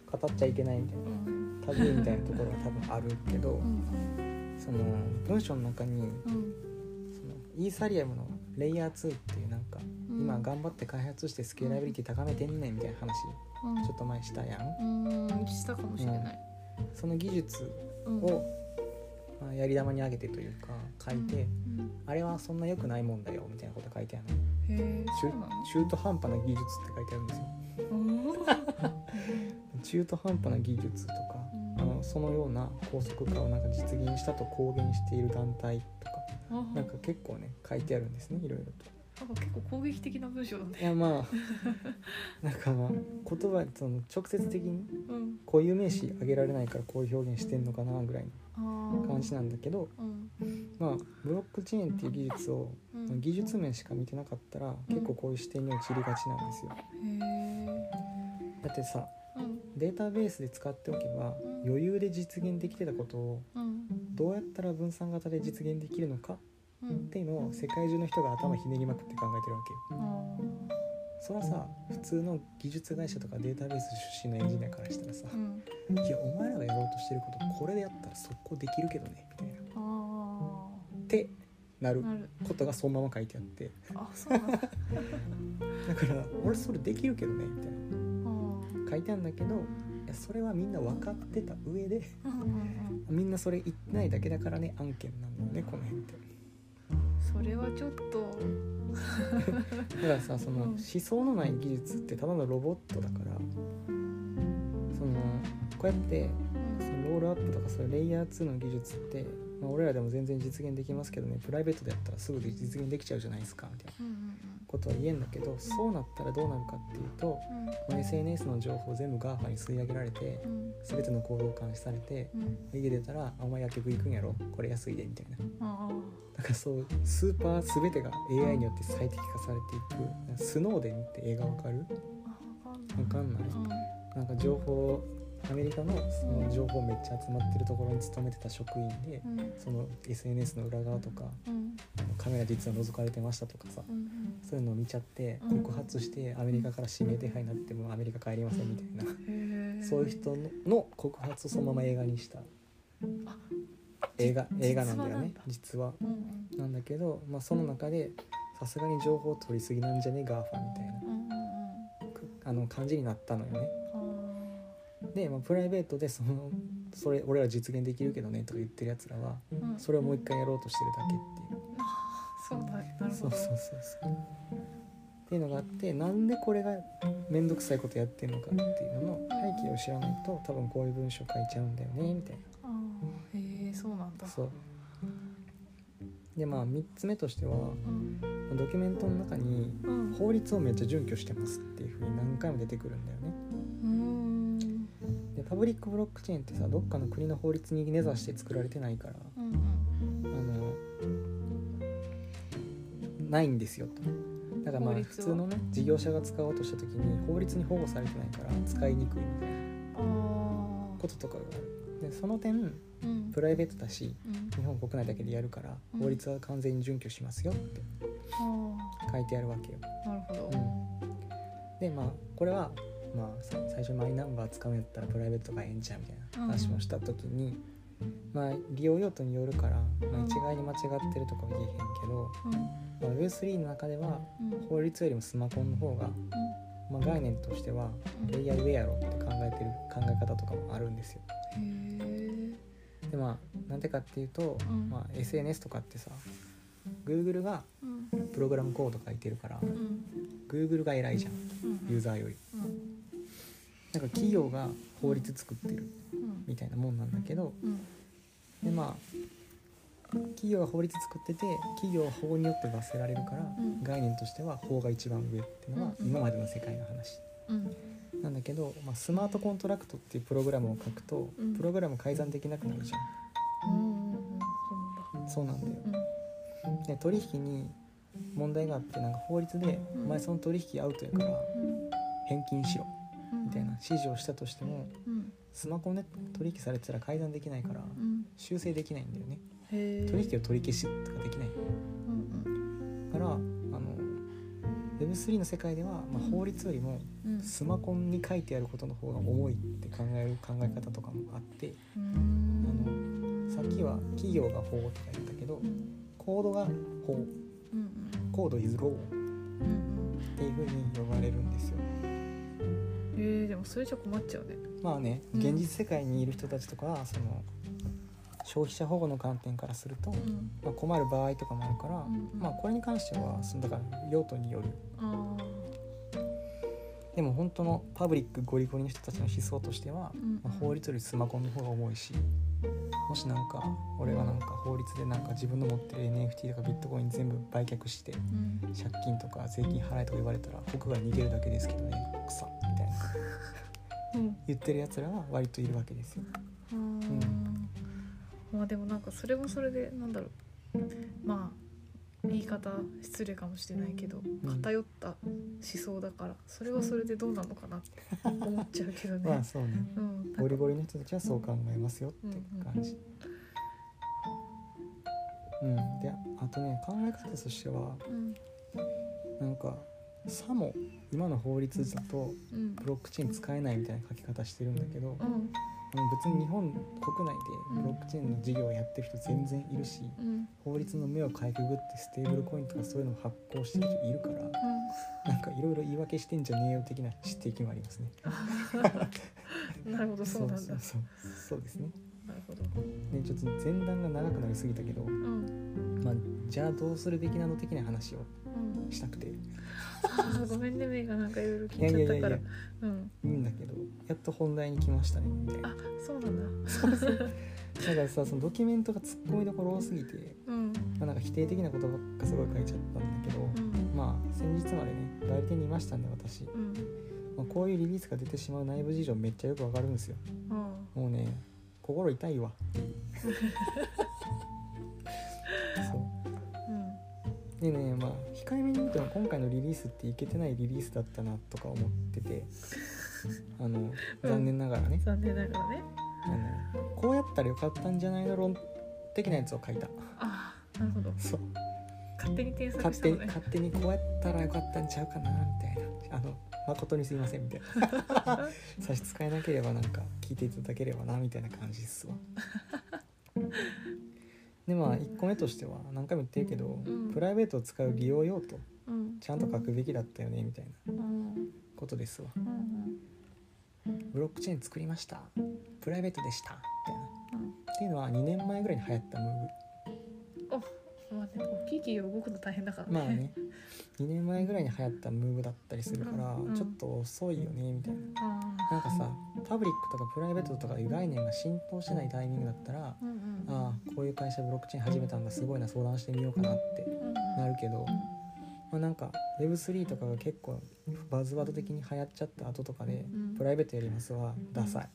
Speaker 1: 語っちゃいけないみたい
Speaker 2: うん
Speaker 1: なタブーみたいなところが多分あるけど
Speaker 2: うん
Speaker 1: その文章の中に
Speaker 2: うん
Speaker 1: そのイーサリアムのレイヤー2っていうなんか
Speaker 2: うん、
Speaker 1: 今頑張って開発してスケーラビリティ高めてんねんみたいな話
Speaker 2: うん
Speaker 1: ちょっと前したやん
Speaker 2: うんしたかもしれない、
Speaker 1: その技術
Speaker 2: うん
Speaker 1: を、まあやり玉に上げてというか書いて、
Speaker 2: うん
Speaker 1: あれはそんな良くないもんだよみたいなこと書いてある
Speaker 2: へえそうなの
Speaker 1: の中中途半端な技術って書いてあるんですよ中途半端な技術とか、
Speaker 2: うん
Speaker 1: あのそのような高速化をなんか実現したと公言している団体とか
Speaker 2: あな
Speaker 1: なん
Speaker 2: んか
Speaker 1: か結構ね書いてあるんですねいろいろと。
Speaker 2: 結構攻撃的な文章だね
Speaker 1: いやまあ なんかまあ言葉その直接的に
Speaker 2: うん
Speaker 1: こういう名詞あげられないからこういう表現してんのかなぐらい
Speaker 2: あ
Speaker 1: の
Speaker 2: ー
Speaker 1: 感じなんだけど、
Speaker 2: うん
Speaker 1: まあ、ブロックチェーンっていう技術を
Speaker 2: うん
Speaker 1: 技術面しか見てなかったら結構こういう視点に陥りがちなんですよ。
Speaker 2: へ
Speaker 1: だってさ
Speaker 2: えうん
Speaker 1: データベースで使っておけば
Speaker 2: うん
Speaker 1: 余裕で実現できてたことを
Speaker 2: うん
Speaker 1: どうやったら分散型で実現できるのか
Speaker 2: う
Speaker 1: っ
Speaker 2: ん
Speaker 1: ていうのを世界中の人が頭ひねりまくって考えてるわけよ。
Speaker 2: あー
Speaker 1: それはさ普通の技術会社とかデータベース出身のエンジニアからしたらさ
Speaker 2: う
Speaker 1: 「
Speaker 2: ん
Speaker 1: いやお前らがやろうとしてることこれでやったら速攻できるけどね」みたいな。
Speaker 2: あ
Speaker 1: ってな
Speaker 2: ー
Speaker 1: る
Speaker 2: なる
Speaker 1: ことがそのまま書いてあって
Speaker 2: あそうなんだあ
Speaker 1: だから「俺それできるけどね」みたいな。
Speaker 2: ー
Speaker 1: 書いてあるんだけどいやそれはみんな分かってた上で
Speaker 2: うんうんうん
Speaker 1: みんなそれ言ってないだけだからね案件なんだよねこの辺って
Speaker 2: それはちょっと
Speaker 1: だからさその
Speaker 2: うん
Speaker 1: 思想のない技術ってただのロボットだからそのこうやってそのロールアップとかそういうレイヤー2の技術って、まあ、俺らでも全然実現できますけどねプライベートでやったらすぐで実現できちゃうじゃないですかみたいな
Speaker 2: うん
Speaker 1: ことは言えんだけどそうなったらどうなるかっていうと
Speaker 2: うんうん
Speaker 1: まあ SNS の情報全部 GAFA に吸い上げられて
Speaker 2: うん
Speaker 1: 全ての行動を監視されて
Speaker 2: うんうん
Speaker 1: 家出たら「あお前薬局行くんやろこれ安いで」みたいな
Speaker 2: あ
Speaker 1: なんかそうスーパー全てが AI によって最適化されていくなんかスノーデンって映画わかる
Speaker 2: ーあわかんない
Speaker 1: わかんないなんか情報アメリカのその情報めっちゃ集まってるところに勤めてた職員で
Speaker 2: うんうん
Speaker 1: その SNS の裏側とか
Speaker 2: うん
Speaker 1: あのカメラ実は覗かれてましたとかさ
Speaker 2: うんうん
Speaker 1: そういうのを見ちゃって
Speaker 2: うん
Speaker 1: 告発してアメリカから指名手配になってもうアメリカ帰りませんみたいな
Speaker 2: へえ
Speaker 1: そういう人のの告発をそのまま映画にした
Speaker 2: あ
Speaker 1: 映画映画なんだよね
Speaker 2: 実話なんだ
Speaker 1: 実は
Speaker 2: うんうん
Speaker 1: なんだけど、まあ、その中でさすがに情報を取りすぎなんじゃねガーファみたいな
Speaker 2: うんうんうん
Speaker 1: くあの感じになったのよね。
Speaker 2: あ
Speaker 1: で、まあ、プライベートでそのそれ俺ら実現できるけどねとか言ってるやつらは
Speaker 2: ーうん
Speaker 1: それをもう一回やろうとしてるだけって
Speaker 2: そうだねな
Speaker 1: いう
Speaker 2: る
Speaker 1: そ
Speaker 2: ほ
Speaker 1: う
Speaker 2: ど
Speaker 1: そうそうそう。っていうのがあってなんでこれが面倒くさいことやってるのかっていうのの背景を知らないと多分こういう文章書いちゃうんだよねみたいな。
Speaker 2: あーへえそうなんだ
Speaker 1: そうでまあ3つ目としては
Speaker 2: うん
Speaker 1: ドキュメントの中に
Speaker 2: うん
Speaker 1: 法律をめっちゃ準拠してますっていう風に何回も出てくるんだよね
Speaker 2: うーん
Speaker 1: でパブリックブロックチェーンってさどっかの国の法律に根ざして作られてないから
Speaker 2: うんう
Speaker 1: あ
Speaker 2: ん
Speaker 1: のないんですよとだからまあ
Speaker 2: 法律を
Speaker 1: 普通のね事業者が使おうとした時に法律に保護されてないから使いにくいみたいな
Speaker 2: ああ
Speaker 1: こととかがあるでその点
Speaker 2: うん
Speaker 1: プライベートだし
Speaker 2: うん
Speaker 1: 日本国内だけでやるから
Speaker 2: うん
Speaker 1: 法律は完全に準拠しますよって
Speaker 2: あ
Speaker 1: 書いてあるわけよ、
Speaker 2: あなるほど
Speaker 1: うん、でまあこれはまあさ最初マイナンバー使うんやったらプライベートがええんちゃうみたいな話もした時に、まあ利用用途によるから、まあ、
Speaker 2: うん
Speaker 1: 一概に間違ってるとかは言えへんけど、
Speaker 2: うん
Speaker 1: まあ、Web3 の中では
Speaker 2: うん
Speaker 1: 法律よりもスマホの方が、まあ、概念としては
Speaker 2: うん
Speaker 1: レイヤーウェアロって考えてる考え方とかもあるんですよ。
Speaker 2: へ
Speaker 1: でまあなんでかっていうと、
Speaker 2: うん
Speaker 1: まあ、SNS とかってさ Google が
Speaker 2: えうん
Speaker 1: プログラムコード書いてるから
Speaker 2: うん
Speaker 1: Google が偉いじゃん
Speaker 2: うん
Speaker 1: ユーザーより。
Speaker 2: うん
Speaker 1: なんか企業が法律作ってる
Speaker 2: うん
Speaker 1: みたいなもんなんだけど
Speaker 2: うん
Speaker 1: でまあ企業が法律作ってて企業は法によって罰せられるから、
Speaker 2: うん
Speaker 1: 概念としては法が一番上っていうのが
Speaker 2: うん
Speaker 1: 今までの世界の話
Speaker 2: うん
Speaker 1: なんだけど、まあ、スマートコントラクトっていうプログラムを書くと、
Speaker 2: うん
Speaker 1: プログラム改ざんできなくなるじ
Speaker 2: うんうん
Speaker 1: ゃんそうなんだよ
Speaker 2: うん
Speaker 1: で取引に問題があってなんか法律で「お
Speaker 2: うん
Speaker 1: 前その取引アウトやから
Speaker 2: うん
Speaker 1: 返金しろ」
Speaker 2: うん
Speaker 1: みたいな指示をしたとしても
Speaker 2: うん
Speaker 1: スマホで取引されてたら改ざんできないから
Speaker 2: うん
Speaker 1: 修正できないんだよね
Speaker 2: へえ
Speaker 1: 取引を取り消しとかできない
Speaker 2: うん
Speaker 1: からあの Web3 の世界では、まあ、法律よりも
Speaker 2: うんうん
Speaker 1: スマコンに書いてあることの方が重いって考える考え方とかもあって
Speaker 2: うーん
Speaker 1: さっきは企業が法とか言ったけど
Speaker 2: うん
Speaker 1: コードが法
Speaker 2: うん
Speaker 1: コード is law
Speaker 2: うんうん
Speaker 1: っていう風に呼ばれるんですよ
Speaker 2: えー、でもそれじゃ困っちゃうね
Speaker 1: まあね
Speaker 2: うん
Speaker 1: 現実世界にいる人たちとかはその消費者保護の観点からすると、
Speaker 2: うん
Speaker 1: まあ、困る場合とかもあるから、
Speaker 2: うん
Speaker 1: まあこれに関してはそのだから用途による
Speaker 2: ああ
Speaker 1: でも本当のパブリックゴリゴリの人たちの思想としては、
Speaker 2: うん
Speaker 1: まあ法律よりスマホの方が重いしもしなんか俺がなんか法律でなんか自分の持ってる NFT とかビットコイン全部売却して
Speaker 2: うん
Speaker 1: 借金とか税金払えとか言われたら僕が逃げるだけですけどね草みたいな
Speaker 2: うん
Speaker 1: 言ってるやつらは割といるわけですよ。
Speaker 2: あーまあでもなんかそれもそれでなんだろうまあ言い方失礼かもしれないけど
Speaker 1: ん
Speaker 2: 偏った思想だからそれはそれでどうなのかなって思っちゃうけど
Speaker 1: ま
Speaker 2: ね
Speaker 1: あ。そうね
Speaker 2: うん、
Speaker 1: ゴリゴリの人たちはそう考えますよって感じ。うん、であとね考え方としては
Speaker 2: うん
Speaker 1: なんかさも今の法律だと
Speaker 2: うん
Speaker 1: ブロックチェーン使えないみたいな書き方してるんだけど、
Speaker 2: うん
Speaker 1: 別に日本国内でブロックチェーンの事業をやってる人全然いるし、
Speaker 2: うん
Speaker 1: 法律の目をかいくぐってステーブルコインとかそういうのを発行してる人いるからなんかいろいろ言い訳してんじゃねえよ的な指摘もありますね。
Speaker 2: うんなるほどそうなん
Speaker 1: そ
Speaker 2: だ
Speaker 1: う。そうそうですね。
Speaker 2: なるほど。
Speaker 1: でちょっと前段が長くなりすぎたけど、
Speaker 2: うん
Speaker 1: まあ、じゃあどうするべきなの的な話を
Speaker 2: うん。
Speaker 1: したくてい
Speaker 2: あ ーごめんねメイがなんかいろいろ聞
Speaker 1: や
Speaker 2: い
Speaker 1: いや
Speaker 2: ちゃ
Speaker 1: いや
Speaker 2: っ
Speaker 1: い
Speaker 2: たか
Speaker 1: や
Speaker 2: ら。うん。
Speaker 1: いんだけどやっと本題に来ましたねみたいな
Speaker 2: あそうなんだ。
Speaker 1: だからさそのドキュメントが突っ込みどころ多すぎて
Speaker 2: うん
Speaker 1: まあ、なんか否定的なことばっかすごい書いちゃったんだけど、
Speaker 2: うん
Speaker 1: まあ先日までね代理店にいましたんで私、
Speaker 2: うん
Speaker 1: まあ、こういうリリースが出てしまう内部事情めっちゃよくわかるんですよ
Speaker 2: あ
Speaker 1: もうね心痛いわっていうそ
Speaker 2: あうん
Speaker 1: うでねまあ控えめに言うと今回のリリースっていけてないリリースだったなとか思っててあの残念ながらね、
Speaker 2: 残念ながらね。
Speaker 1: あのこうやったらよかったんじゃないの論的なやつを書いた
Speaker 2: ああなるほど。
Speaker 1: そう
Speaker 2: 勝手に添削
Speaker 1: 勝
Speaker 2: した
Speaker 1: 手
Speaker 2: の
Speaker 1: に
Speaker 2: ね。
Speaker 1: 勝手にこうやったらよかったんちゃうかなみたいなあの誠にすいませんみたい な差し支えなければなんか聞いていただければなみたいな感じっすわでまあ1個目としては何回も言ってるけど、
Speaker 2: うん
Speaker 1: プライベートを使う利用用途
Speaker 2: うん
Speaker 1: ちゃんと書くべきだったよねみたいな
Speaker 2: うん
Speaker 1: ことですわ
Speaker 2: うんうん
Speaker 1: ブロックチェーン作りましたプライベートでしたみたいな
Speaker 2: うん。
Speaker 1: っていうのは2年前ぐらいに流行ったムーブ
Speaker 2: まあでも大きい企業動くの大変だからね。
Speaker 1: まあね 2年前ぐらいに流行ったムーブだったりするから、
Speaker 2: うんうん
Speaker 1: ちょっと遅いよねみたいな
Speaker 2: あ
Speaker 1: なんかさパブリックとかプライベートとかいう概念が浸透してないタイミングだったら
Speaker 2: あ。うんうん。
Speaker 1: ああこういう会社ブロックチェーン始めたんだすごいな相談してみようかなって
Speaker 2: うんうん。
Speaker 1: なるけど、まあ、なんか Web3 とかが結構バズワード的に流行っちゃった後とかで、
Speaker 2: うん
Speaker 1: プライベートやりますはダサい。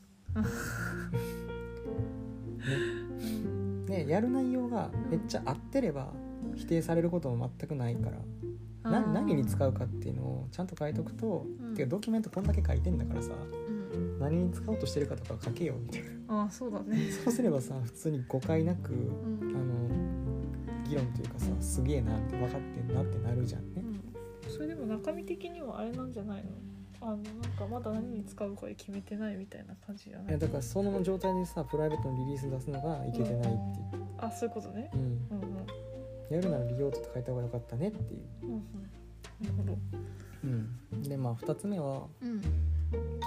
Speaker 1: ね、やる内容がめっちゃ合ってれば否定されることも全くないからな
Speaker 2: あー
Speaker 1: 何に使うかっていうのをちゃんと書いとくと、
Speaker 2: うん
Speaker 1: てかドキュメントこんだけ書いてんだからさ
Speaker 2: うん、
Speaker 1: 何に使おうとしてるかとか書けよみたいな
Speaker 2: ああそうだね
Speaker 1: そうすればさ普通に誤解なく
Speaker 2: う
Speaker 1: あ
Speaker 2: ん、
Speaker 1: の議論というかさすげえなって分かってんなってなるじゃん
Speaker 2: う
Speaker 1: ね
Speaker 2: ん、それでも中身的にはあれなんじゃないのあのなんかまだ何に使うか決めてないみたいな感じじゃ
Speaker 1: い
Speaker 2: な
Speaker 1: や
Speaker 2: い
Speaker 1: だからその状態でさプライベートのリリース出すのがいけてないっていう、
Speaker 2: あそういうことね
Speaker 1: うん、
Speaker 2: うんうん
Speaker 1: やるなら利用途と書いた方が良かったねっていう、
Speaker 2: うんうんなるほど
Speaker 1: うん、でまあ2つ目は
Speaker 2: うん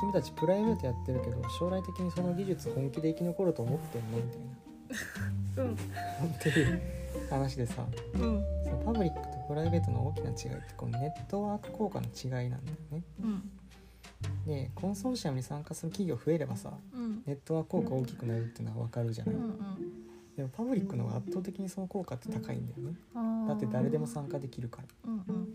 Speaker 1: 君たちプライベートやってるけど将来的にその技術本気で生き残ると思ってんのみたいな
Speaker 2: うん
Speaker 1: っていう話でさ
Speaker 2: うん
Speaker 1: そのパブリックとプライベートの大きな違いってこのネットワーク効果の違いなんだよね。
Speaker 2: うん
Speaker 1: でコンソーシアムに参加する企業増えればさ
Speaker 2: うん
Speaker 1: ネットワーク効果大きくなるっていうのは分かるじゃない、
Speaker 2: うん
Speaker 1: でもパブリックの方が圧倒的にその効果って高いんだよね
Speaker 2: うん
Speaker 1: だって誰でも参加できるから
Speaker 2: うんうん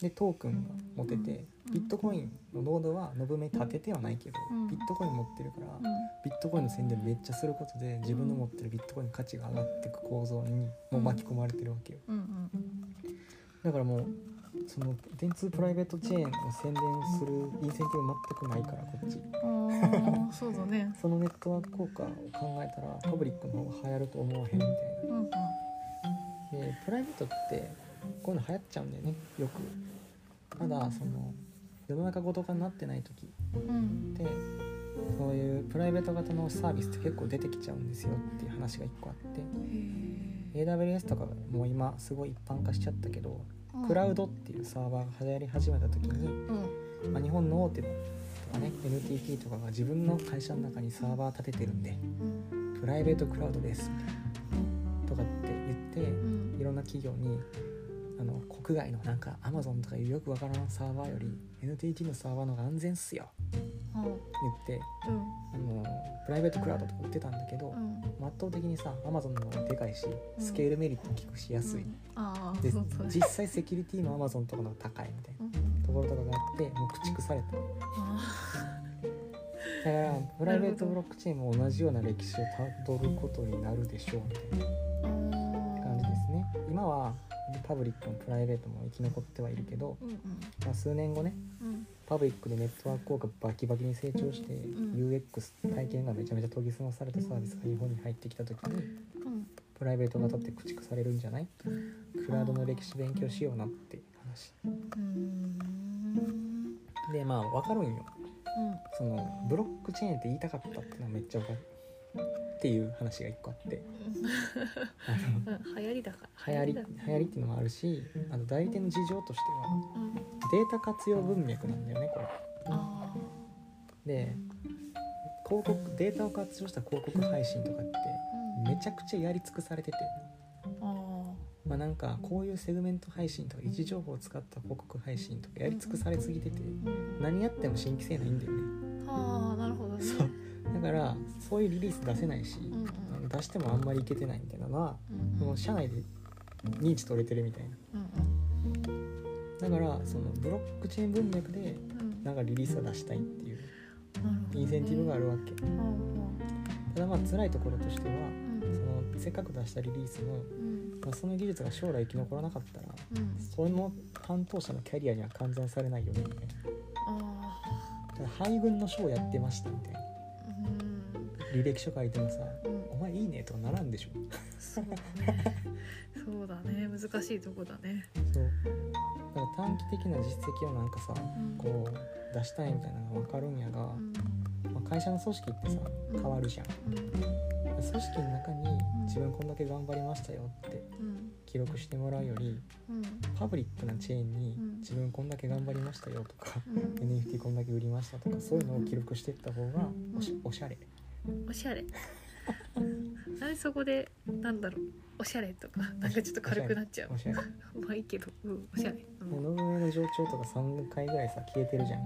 Speaker 1: でトークンが持てて
Speaker 2: うん
Speaker 1: ビットコインのノードはノブメ立ててはないけど
Speaker 2: うん
Speaker 1: ビットコイン持ってるから
Speaker 2: うん
Speaker 1: ビットコインの宣伝めっちゃすることで自分の持ってるビットコインの価値が上がっていく構造にもう巻き込まれてるわけよ
Speaker 2: うん
Speaker 1: だからもうその電通プライベートチェーンの宣伝をするインセンティブ全くないからこっち
Speaker 2: うんああそうだね
Speaker 1: そのネットワーク効果を考えたらパブリックの方が流行ると思わへんみたい
Speaker 2: うんうん
Speaker 1: なでプライベートってこういうの流行っちゃうんだよねよくただその世の中ごと化になってない時っ
Speaker 2: うん
Speaker 1: てそういうプライベート型のサービスって結構出てきちゃうんですよっていう話が1個あっ
Speaker 2: へ
Speaker 1: て AWS とかがもう今すごい一般化しちゃったけど
Speaker 2: ー
Speaker 1: クラウドっていうサーバーが流行り始めた時に
Speaker 2: うん
Speaker 1: まあ、日本の大手とかね NTT とかが自分の会社の中にサーバー立ててるんで
Speaker 2: うん
Speaker 1: プライベートクラウドですとかって言っ
Speaker 2: うん
Speaker 1: ていろんな企業にあの国外のなんか Amazon とかいうよくわからんサーバーより NTT のサーバーの方が安全っすよ
Speaker 2: あ
Speaker 1: 言って
Speaker 2: うん
Speaker 1: あのプライベートクラウドとか売ってたんだけど、
Speaker 2: うん
Speaker 1: 圧倒的にさ Amazon の方がでかいしスケールメリットも効くし安い、
Speaker 2: うんああ
Speaker 1: で
Speaker 2: そうそう
Speaker 1: 実際セキュリティも Amazon とかの方が高いみたいな
Speaker 2: うんうん
Speaker 1: ところとかがあってもう駆逐された
Speaker 2: あ
Speaker 1: だからプライベートブロックチェーンも同じような歴史をたどることになるでしょうみたい
Speaker 2: ーあ
Speaker 1: な
Speaker 2: ー
Speaker 1: 感じですね今はパブリックもプライベートも生き残ってはいるけど、
Speaker 2: うん
Speaker 1: まあ、数年後ね
Speaker 2: うんうん
Speaker 1: パブリックでネットワーク効果バキバキに成長して、UX 体験がめちゃめちゃ研ぎ澄まされたサービスが日本に入ってきた時に
Speaker 2: うん
Speaker 1: プライベート型って駆逐されるんじゃないクラウドの歴史勉強しようなって話
Speaker 2: うーん
Speaker 1: でまあ分かるんよ
Speaker 2: うん
Speaker 1: そのブロックチェーンって言いたかったってのはめっちゃ分かるっていう話が一個あってあの
Speaker 2: うん流行りだから
Speaker 1: 流行り
Speaker 2: だ
Speaker 1: 流
Speaker 2: か
Speaker 1: 行りっていうのもあるしあの代理店の事情としては
Speaker 2: らうん
Speaker 1: データ活用文脈なんだよねこ
Speaker 2: あ
Speaker 1: れで広告データを活用した広告配信とかって
Speaker 2: ーうん
Speaker 1: めちゃくちゃやり尽くされてて
Speaker 2: あ
Speaker 1: まあなんかこういうセグメント配信とか位置情報を使った広告配信とかやり尽くされすぎてて
Speaker 2: ーうん
Speaker 1: 何やっても新規性ないんだよね
Speaker 2: あーなるほどね
Speaker 1: そうだからそういうリリース出せないし
Speaker 2: うんうん
Speaker 1: あの出してもあんまりいけてないみたいなのは
Speaker 2: うんうん
Speaker 1: もう社内で認知取れてるみたいな
Speaker 2: うん
Speaker 1: だからそのブロックチェーン文脈で
Speaker 2: うんうん
Speaker 1: なんかリリースを出したいっていう
Speaker 2: なるほどね
Speaker 1: インセンティブがあるわけ
Speaker 2: うんうん
Speaker 1: ただまあ辛いところとしては
Speaker 2: うん
Speaker 1: そのせっかく出したリリースの、
Speaker 2: うん
Speaker 1: まあ、その技術が将来生き残らなかったら
Speaker 2: うん
Speaker 1: その担当者のキャリアには換算されないよねみたいな
Speaker 2: あ
Speaker 1: ただ配軍の書をやってましたみたいな
Speaker 2: ーうん
Speaker 1: 履歴書書いてもさ
Speaker 2: うん
Speaker 1: 「お前いいね」とかならんでしょ
Speaker 2: そうだねそうだね難しいとこだね
Speaker 1: そうだから短期的な実績をなんかさ
Speaker 2: うん
Speaker 1: こう出したいみたいなのが分かるんやが
Speaker 2: う、ん
Speaker 1: まあ、会社の組織ってさ変わるじゃん
Speaker 2: うん
Speaker 1: 組織の中に自分こんだけ頑張りましたよって
Speaker 2: うん
Speaker 1: 記録してもらうより
Speaker 2: うん
Speaker 1: パブリックなチェーンに
Speaker 2: うん
Speaker 1: 自分こんだけ頑張りましたよとか、
Speaker 2: うん
Speaker 1: NFT こんだけ売りましたとかそういうのを記録していった方がおし
Speaker 2: うん
Speaker 1: おしゃれ
Speaker 2: おしゃれなんでそこでなんだろうおしゃれとかなんかちょっと軽くなっちゃう
Speaker 1: おしゃれ
Speaker 2: まあいいけどうんおしゃれうんうん
Speaker 1: ノブメの上長とか3回ぐらいさ消えてるじゃん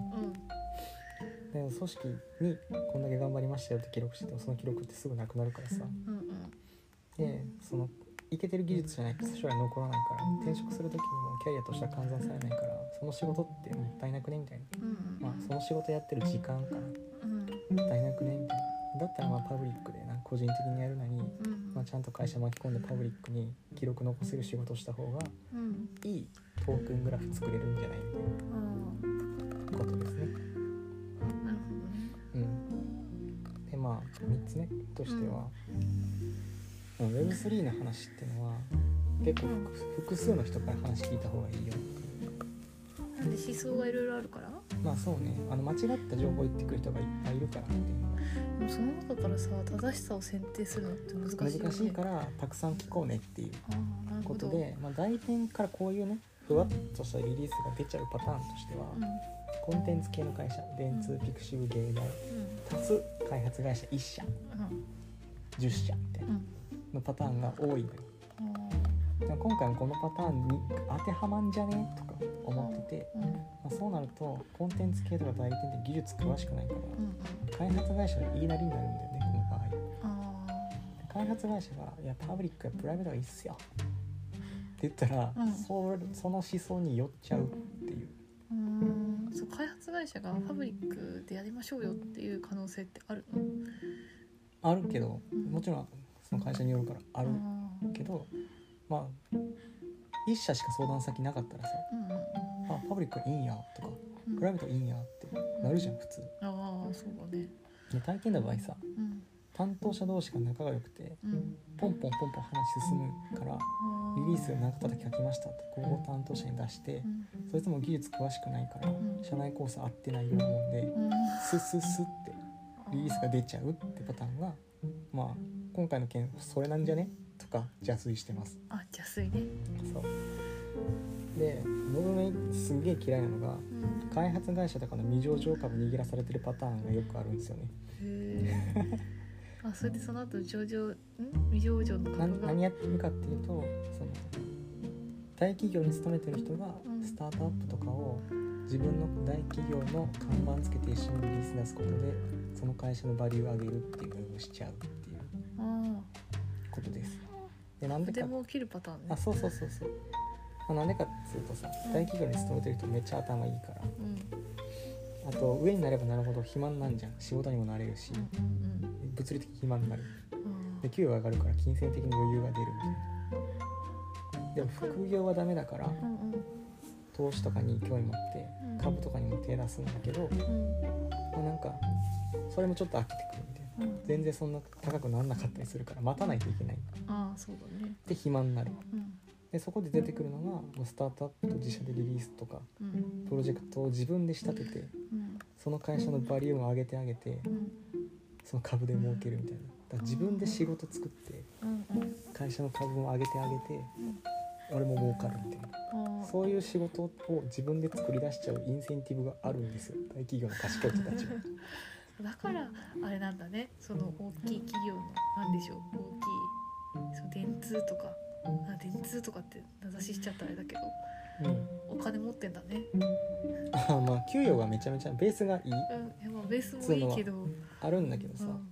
Speaker 1: でも組織にこんだけ頑張りましたよって記録しててもその記録ってすぐなくなるからさ
Speaker 2: うん
Speaker 1: でそのいけてる技術じゃないと将来残らないから転職する時にもキャリアとしては換算されないからその仕事ってもったいなくねみたいな
Speaker 2: うんうん
Speaker 1: まあその仕事やってる時間かな
Speaker 2: うん
Speaker 1: もったいなくねみたいなだったらまあパブリックでな個人的にやるなに、
Speaker 2: うん
Speaker 1: まあ、ちゃんと会社巻き込んでパブリックに記録残せる仕事をした方が
Speaker 2: うん
Speaker 1: いいトークングラフ作れるんじゃないみた
Speaker 2: ああ
Speaker 1: いなことですね。
Speaker 2: なるほどね
Speaker 1: うん、でまあ3つ目としては、うん、Web3 の話っていうのは結構
Speaker 2: うん
Speaker 1: 複複数の人から話聞いた方がいいよ。
Speaker 2: なんで思想がいろいろあるからで
Speaker 1: まあそうねあの間違った情報言ってくる人がいっぱいいるからっていうのが
Speaker 2: もその中からさ正しさを選定するのって難しいよね
Speaker 1: 難しいからたくさん聞こうねっていう
Speaker 2: ああなる
Speaker 1: こ
Speaker 2: ほ
Speaker 1: と
Speaker 2: ど
Speaker 1: で、まあ、代点からこういうねふわっとしたリリースが出ちゃうパターンとしては、
Speaker 2: うん
Speaker 1: コンテンツ系の会社電通ピクシブ芸大
Speaker 2: うん
Speaker 1: 多数開発会社1社10社みたい
Speaker 2: うんう
Speaker 1: なんのパターンが多いのよ
Speaker 2: あ
Speaker 1: だから今回もこのパターンに当てはまんじゃねとか思ってて、
Speaker 2: あうんうん
Speaker 1: まあ、そうなるとコンテンツ系とか代理店って技術詳しくないから
Speaker 2: うん
Speaker 1: 開発会社の言いなりになるんだよねこの場合。
Speaker 2: ああ
Speaker 1: 開発会社が「いやパブリックやプライベートがいいっすよ」って言ったら、
Speaker 2: うん
Speaker 1: そその思想に寄っちゃうっていう
Speaker 2: うーんそう開発会社がファブリックでやりましょうよっていう可能性ってあるの
Speaker 1: あるけど
Speaker 2: うん
Speaker 1: もちろんその会社によるからあ
Speaker 2: あ
Speaker 1: る
Speaker 2: ー
Speaker 1: けどまあ一社しか相談先なかったらさ
Speaker 2: うんうん
Speaker 1: 「あパブリックいいんや」とか
Speaker 2: う
Speaker 1: 「
Speaker 2: ん
Speaker 1: プライベートいいんや」ってなるじゃん普通。
Speaker 2: ああそうだね
Speaker 1: で体験の場合さ
Speaker 2: うん
Speaker 1: 担当者同士が仲が良くて
Speaker 2: うん
Speaker 1: ポンポンポンポン話進むから
Speaker 2: あ
Speaker 1: リリース何型だけ書きましたって広報担当者に出して
Speaker 2: うん
Speaker 1: そいつも技術詳しくないから
Speaker 2: ん
Speaker 1: 社内交差合ってないようなもんで。
Speaker 2: うん
Speaker 1: スススってリリースが出ちゃうってパターンがまあ今回の件それなんじゃねとか邪推してます
Speaker 2: あ邪水ね
Speaker 1: そうで僕のすんげえ嫌いなのが
Speaker 2: うん
Speaker 1: 開発会社とかの未上場株握らされてるパターンがよくあるんですよね
Speaker 2: へえあそれでその後上場ん未上場の
Speaker 1: な
Speaker 2: 株が
Speaker 1: 何やってるかっていうとその大企業に勤めてる人が
Speaker 2: うん
Speaker 1: スタートアップとかを自分の大企業の看板つけて一緒にリリース出すことでその会社のバリューを上げるっていうムーブしちゃうっていう
Speaker 2: あ
Speaker 1: ことですでなん
Speaker 2: あ
Speaker 1: で
Speaker 2: で
Speaker 1: か
Speaker 2: も起きるパターン
Speaker 1: あ
Speaker 2: ね
Speaker 1: そうそうそうそうまあなんでかっていうとさ
Speaker 2: うん
Speaker 1: 大企業に勤めてる人めっちゃ頭いいから
Speaker 2: うんうん
Speaker 1: あと上になればなるほど肥満なんじゃん仕事にもなれるし
Speaker 2: うん
Speaker 1: 物理的肥満になる
Speaker 2: うん
Speaker 1: で給与が上がるから金銭的に余裕が出るみたいなでも副業はダメだから
Speaker 2: うんうん
Speaker 1: 投資とかに興味持って
Speaker 2: うん
Speaker 1: 株とかにも手出すんだけど、ま
Speaker 2: うん
Speaker 1: あ、なんかそれもちょっと飽きてくるみたいな
Speaker 2: うん
Speaker 1: 全然そんな高くならなかったりするから待たないといけないで
Speaker 2: ああそうだね
Speaker 1: 肥満になる
Speaker 2: うん
Speaker 1: でそこで出てくるのがもうスタートアップと自社でリリースとか
Speaker 2: うん
Speaker 1: プロジェクトを自分で仕立てて
Speaker 2: うん
Speaker 1: その会社のバリュームを上げてあげて
Speaker 2: うん
Speaker 1: その株で儲けるみたいなだから自分で仕事作って
Speaker 2: うんうん
Speaker 1: 会社の株を上げてあげて
Speaker 2: うん
Speaker 1: 俺も儲かるみたい
Speaker 2: あ
Speaker 1: な
Speaker 2: あ
Speaker 1: そういう仕事を自分で作り出しちゃうインセンティブがあるんですよ大企業の賢い人たちは
Speaker 2: だからあれなんだねその大きい企業のなんでしょう大きいそう電通とかあ電通とかって名指ししちゃったあれだけど
Speaker 1: うん
Speaker 2: お金持ってんだね
Speaker 1: あーまあ給与がめちゃめちゃベースがいい
Speaker 2: うんいやまあベースもいいけど
Speaker 1: あるんだけど
Speaker 2: う
Speaker 1: さ
Speaker 2: ん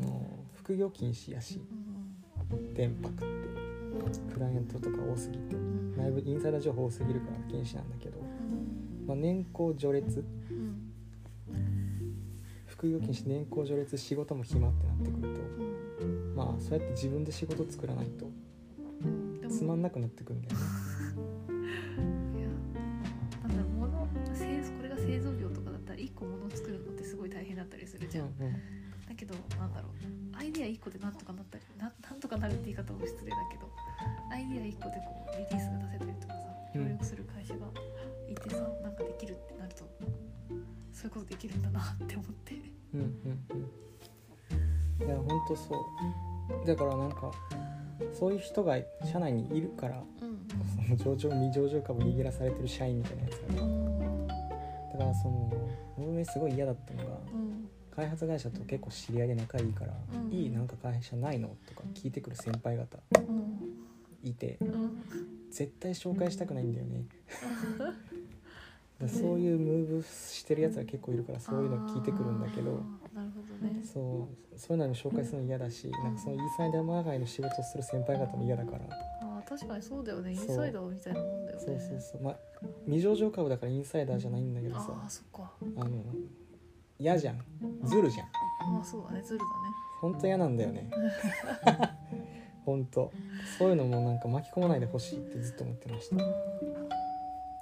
Speaker 1: その副業禁止やし電波ってクライアントとか多すぎて
Speaker 2: うん
Speaker 1: 内部インサイダー情報多すぎるから禁止なんだけど、まあ、年功序列
Speaker 2: うん
Speaker 1: 副業禁止年功序列仕事も暇ってなってくると
Speaker 2: うん
Speaker 1: まあそうやって自分で仕事作らないと
Speaker 2: うんで
Speaker 1: つま
Speaker 2: も
Speaker 1: んなくなってくるんだよね
Speaker 2: いやなんだろう物製これが製造業とかだったら一個物作るのってすごい大変だったりするじゃんだけどなんだろうアイディア1個でなんとかなったりななんとかなるって言い方も失礼だけどアイディア1個でこうリリースが出せたりとかさ
Speaker 1: うん
Speaker 2: 協力する会社がいてさなんかできるってなるとそういうことできるんだなって思って
Speaker 1: うんうんうんうんいやほんとそうだからなんかそういう人が社内にいるから
Speaker 2: うん
Speaker 1: その上場未上場株握らされてる社員みたいなやつがねだからその僕ねすごい嫌だったのが
Speaker 2: うん
Speaker 1: 開発会社と結構知り合いで仲いいから「
Speaker 2: うん
Speaker 1: いいなんか会社ないの?」とか聞いてくる先輩方
Speaker 2: うん
Speaker 1: いて
Speaker 2: うん
Speaker 1: 絶対紹介したくないんだよねだからそういうムーブしてるやつが結構いるからそういうの聞いてくるんだけど
Speaker 2: あーなるほどね
Speaker 1: そうそういうのに紹介するの嫌だしなんかそのインサイダーまがいの仕事をする先輩方も嫌だから
Speaker 2: あー確かにそうだよねイン
Speaker 1: そう
Speaker 2: サイダーみたいなもんだよね
Speaker 1: そうそうそうまあ未上場株だからインサイダーじゃないんだけど
Speaker 2: ああ
Speaker 1: さ
Speaker 2: そっか
Speaker 1: あの嫌じゃんずるじゃん
Speaker 2: まあそうだねズルだね
Speaker 1: ほんと嫌なんだよねほんとそういうのもなんか巻き込まないでほしいってずっと思ってましたっ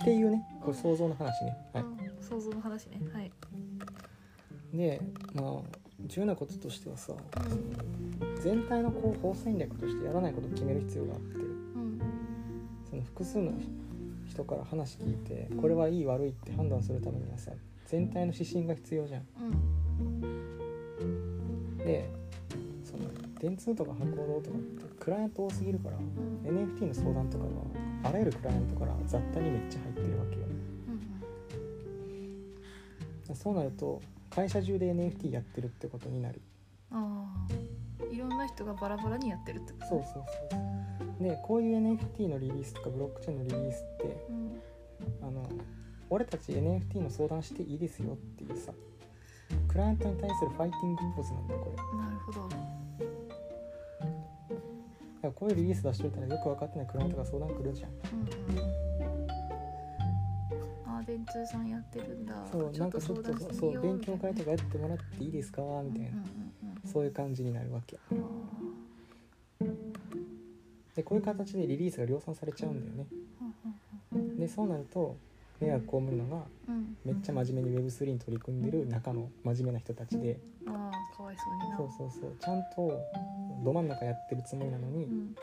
Speaker 1: ていうねこれ想像の話ね、はい
Speaker 2: うん想像の話ねはい
Speaker 1: でまあ重要なこととしてはさ
Speaker 2: ん
Speaker 1: その全体のこう方戦略としてやらないことを決める必要があって
Speaker 2: うん
Speaker 1: その複数の人から話聞いてこれはいい悪いって判断するためにはさ全体の指針が必要じゃん。
Speaker 2: うん
Speaker 1: でその電通とか博報堂とかってクライアント多すぎるから
Speaker 2: うん
Speaker 1: NFT の相談とかがあらゆるクライアントから雑多にめっちゃ入ってるわけよ。そうなると会社中で NFT やってるってことになる
Speaker 2: うんああいろんな人がバラバラにやってるってこと
Speaker 1: そうそうそうでこういう NFT のリリースとかブロックチェーンのリリースって
Speaker 2: うん
Speaker 1: あの俺たち NFT の相談していいですよっていうさクライアントに対するファイティングポーズなんだよこれだか
Speaker 2: なるほど
Speaker 1: らこういうリリース出しといたらよく分かってないクライアントが相談来るじゃん
Speaker 2: うんうんああ電通さんやってるんだ
Speaker 1: そうなんかちょっと
Speaker 2: 相談して
Speaker 1: そ
Speaker 2: み
Speaker 1: う
Speaker 2: よ
Speaker 1: 勉強会と
Speaker 2: み
Speaker 1: かやってもらっていいですかみ
Speaker 2: た
Speaker 1: た
Speaker 2: い
Speaker 1: いな
Speaker 2: なうんうん
Speaker 1: そういう感じになるわけ
Speaker 2: うんうん
Speaker 1: でこういう形でリリースが量産されちゃうんだよねでそうなると迷惑被るのが
Speaker 2: うんうん
Speaker 1: めっちゃ真面目に Web3 に取り組んでる中の真面目な人たちで
Speaker 2: うんああかわいそうにな
Speaker 1: そうそうそうちゃんとど真ん中やってるつもりなのに、
Speaker 2: うん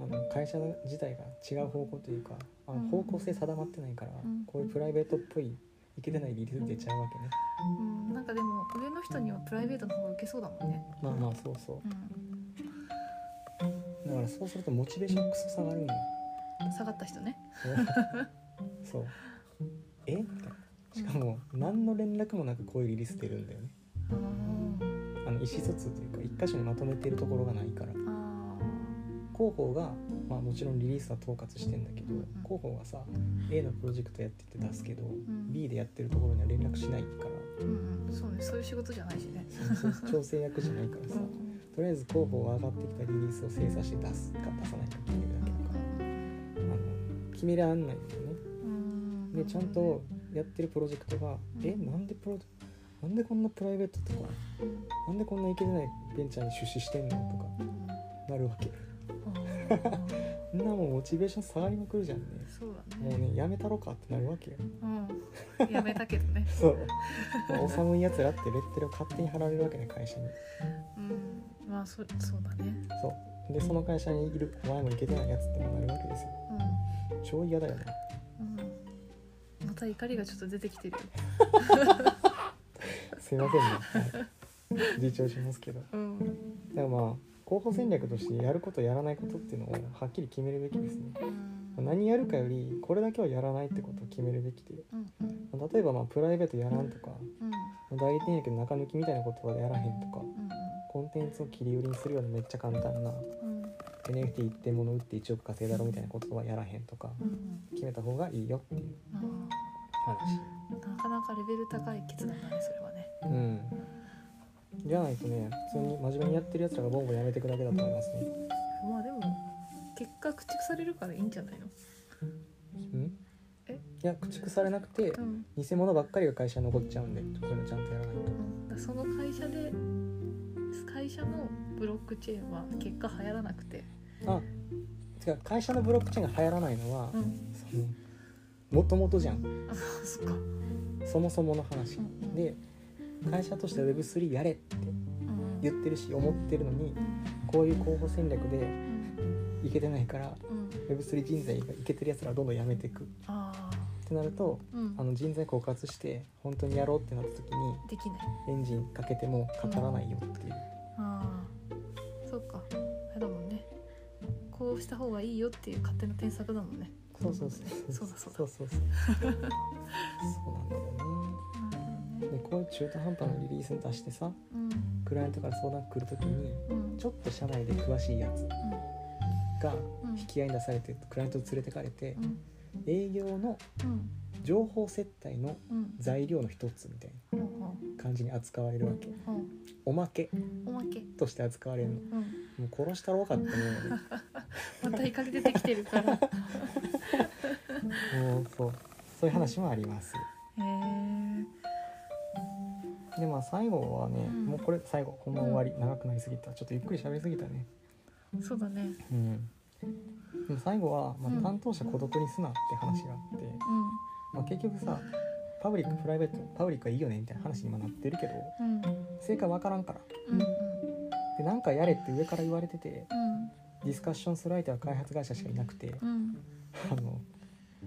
Speaker 1: あの会社自体が違う方向というかあの
Speaker 2: うん
Speaker 1: 方向性定まってないから、
Speaker 2: うん
Speaker 1: こういうプライベートっぽいいけてないリリース出ちゃうわけね、
Speaker 2: うんなんかでも上の人にはプライベートの方が受けそうだもんね。
Speaker 1: まあまあそうそ
Speaker 2: うん、
Speaker 1: うだからそうするとモチベーションクソ下が るんだよ
Speaker 2: 下がった人ね。
Speaker 1: そうえみたいなしかも何の連絡もなくこういうリリース出るんだよね
Speaker 2: あー
Speaker 1: あの意思疎通というか一箇所にまとめてるところがないから
Speaker 2: あ
Speaker 1: 広報が、まあ、もちろんリリースは統括してんだけど
Speaker 2: うんうん
Speaker 1: 広報がさ A のプロジェクトやってて出すけど、
Speaker 2: ん
Speaker 1: B でやってるところには連絡しないから
Speaker 2: ー、うんうん、そうね、そういう仕事じゃないしね。
Speaker 1: そうそう調整役じゃないから
Speaker 2: う
Speaker 1: さ
Speaker 2: ん
Speaker 1: とりあえず広報が上がってきたリリースを精査して出すか出さないか決めるだけだからあの決めらんないんだよね。
Speaker 2: うん
Speaker 1: でちゃんとやってるプロジェクトが「
Speaker 2: ん
Speaker 1: えなんでプロなんでこんなプライベートとか
Speaker 2: うん
Speaker 1: なんでこんないけてないベンチャーに出資してんの?」とか
Speaker 2: うん
Speaker 1: なるわけ
Speaker 2: あー
Speaker 1: みんなもうモチベーション下がりまくるじゃんね
Speaker 2: そうだ
Speaker 1: もう
Speaker 2: ね。
Speaker 1: ねやめたろかってなるわけよ
Speaker 2: うん、やめたけどね。
Speaker 1: そうまあお寒いやつらってレッテルを勝手に貼られるわけね会社に
Speaker 2: うん、まあそそうだね。
Speaker 1: そうでその会社にいるお前もいけてないやつってもなるわけですよ超嫌だよね
Speaker 2: うん、うん、また怒りがちょっと出てきてるよ。
Speaker 1: すいませんねはい自重しますけど
Speaker 2: うん、
Speaker 1: でもまあ候補戦略としてやることやらないことっていうのをはっきり決めるべきですね
Speaker 2: うん、うん、
Speaker 1: 何やるかよりこれだけはやらないってことを決めるべきで
Speaker 2: うん、
Speaker 1: 例えばまあプライベートやらんとか
Speaker 2: うん、
Speaker 1: 代理店やけど中抜きみたいなことはやらへんとか
Speaker 2: う、
Speaker 1: コンテンツを切り売りにするようなめっちゃ簡単なん
Speaker 2: うん、
Speaker 1: NFT 一点物売って1億稼いだろみたいなことはやらへんとか
Speaker 2: うん、
Speaker 1: 決めた方がいいよっていう
Speaker 2: うん。
Speaker 1: 話
Speaker 2: なかなかレベル高い決断だねそれはね
Speaker 1: うんじゃないとね普通に真面目にやってるやつらがボンボンやめていくだけだと思いますね
Speaker 2: まあでも結果駆逐されるからいいんじゃないの
Speaker 1: うん
Speaker 2: え
Speaker 1: いや駆逐されなくて
Speaker 2: うん、
Speaker 1: 偽物ばっかりが会社に残っちゃうんでそういうのちゃんとやらないと
Speaker 2: うん、だからその会社で会社のブロックチェーンは結果流行らなくて
Speaker 1: あてか会社のブロックチェーンが流行らないのは、
Speaker 2: うん
Speaker 1: そのもともとじゃん
Speaker 2: あそっかうん
Speaker 1: そもそもの話、
Speaker 2: うん
Speaker 1: で会社として Web3 やれって
Speaker 2: うん
Speaker 1: 言ってるし思ってるのにこういう候補戦略で
Speaker 2: うん
Speaker 1: いけてないから
Speaker 2: うん
Speaker 1: Web3 人材がいけてるやつらはどんどんやめていくっ
Speaker 2: あ
Speaker 1: てなると
Speaker 2: ーうん
Speaker 1: あの人材枯渇して本当にやろうってなった時に
Speaker 2: できない
Speaker 1: エンジンかけても語らないよっていう、
Speaker 2: ああそっかあれだもんねこうした方がいいよっていう勝手な添削だもんね
Speaker 1: そうそうそう
Speaker 2: そうだそうだ
Speaker 1: そうそうそうそうなんだよ
Speaker 2: なるほ
Speaker 1: ね
Speaker 2: どね
Speaker 1: でこういう中途半端なリリース出してさ
Speaker 2: うん
Speaker 1: クライアントから相談来る時に
Speaker 2: うん
Speaker 1: ちょっと社内で詳しいやつが
Speaker 2: うん
Speaker 1: 引き合いに出されてクライアントに連れてかれて
Speaker 2: うん
Speaker 1: 営業の
Speaker 2: うん
Speaker 1: 情報接待の
Speaker 2: うん
Speaker 1: 材料の一つみたい
Speaker 2: うんうん
Speaker 1: な感じに扱われるわけ
Speaker 2: うん
Speaker 1: おまけ
Speaker 2: おまけ
Speaker 1: として扱われるの
Speaker 2: うん
Speaker 1: もう殺したろうかって
Speaker 2: また怒り出てきてるか らへ
Speaker 1: 思うもうそうそういう話もあります
Speaker 2: え
Speaker 1: でまあ最後はね、
Speaker 2: うん
Speaker 1: もうこれ最後この終わり長くなりすぎたちょっとゆっくり喋りすぎたね
Speaker 2: そうだね
Speaker 1: うんでも最後は、ま
Speaker 2: うん
Speaker 1: あ、担当者孤独にすなって話があって、まあ、結局さパブリックプライベートパブリックはいいよねみたいな話に今なってるけど
Speaker 2: うん
Speaker 1: 正解わからんから
Speaker 2: うん
Speaker 1: でなんかやれって上から言われてて
Speaker 2: うん
Speaker 1: ディスカッションする相手は開発会社しかいなくて
Speaker 2: うん
Speaker 1: あの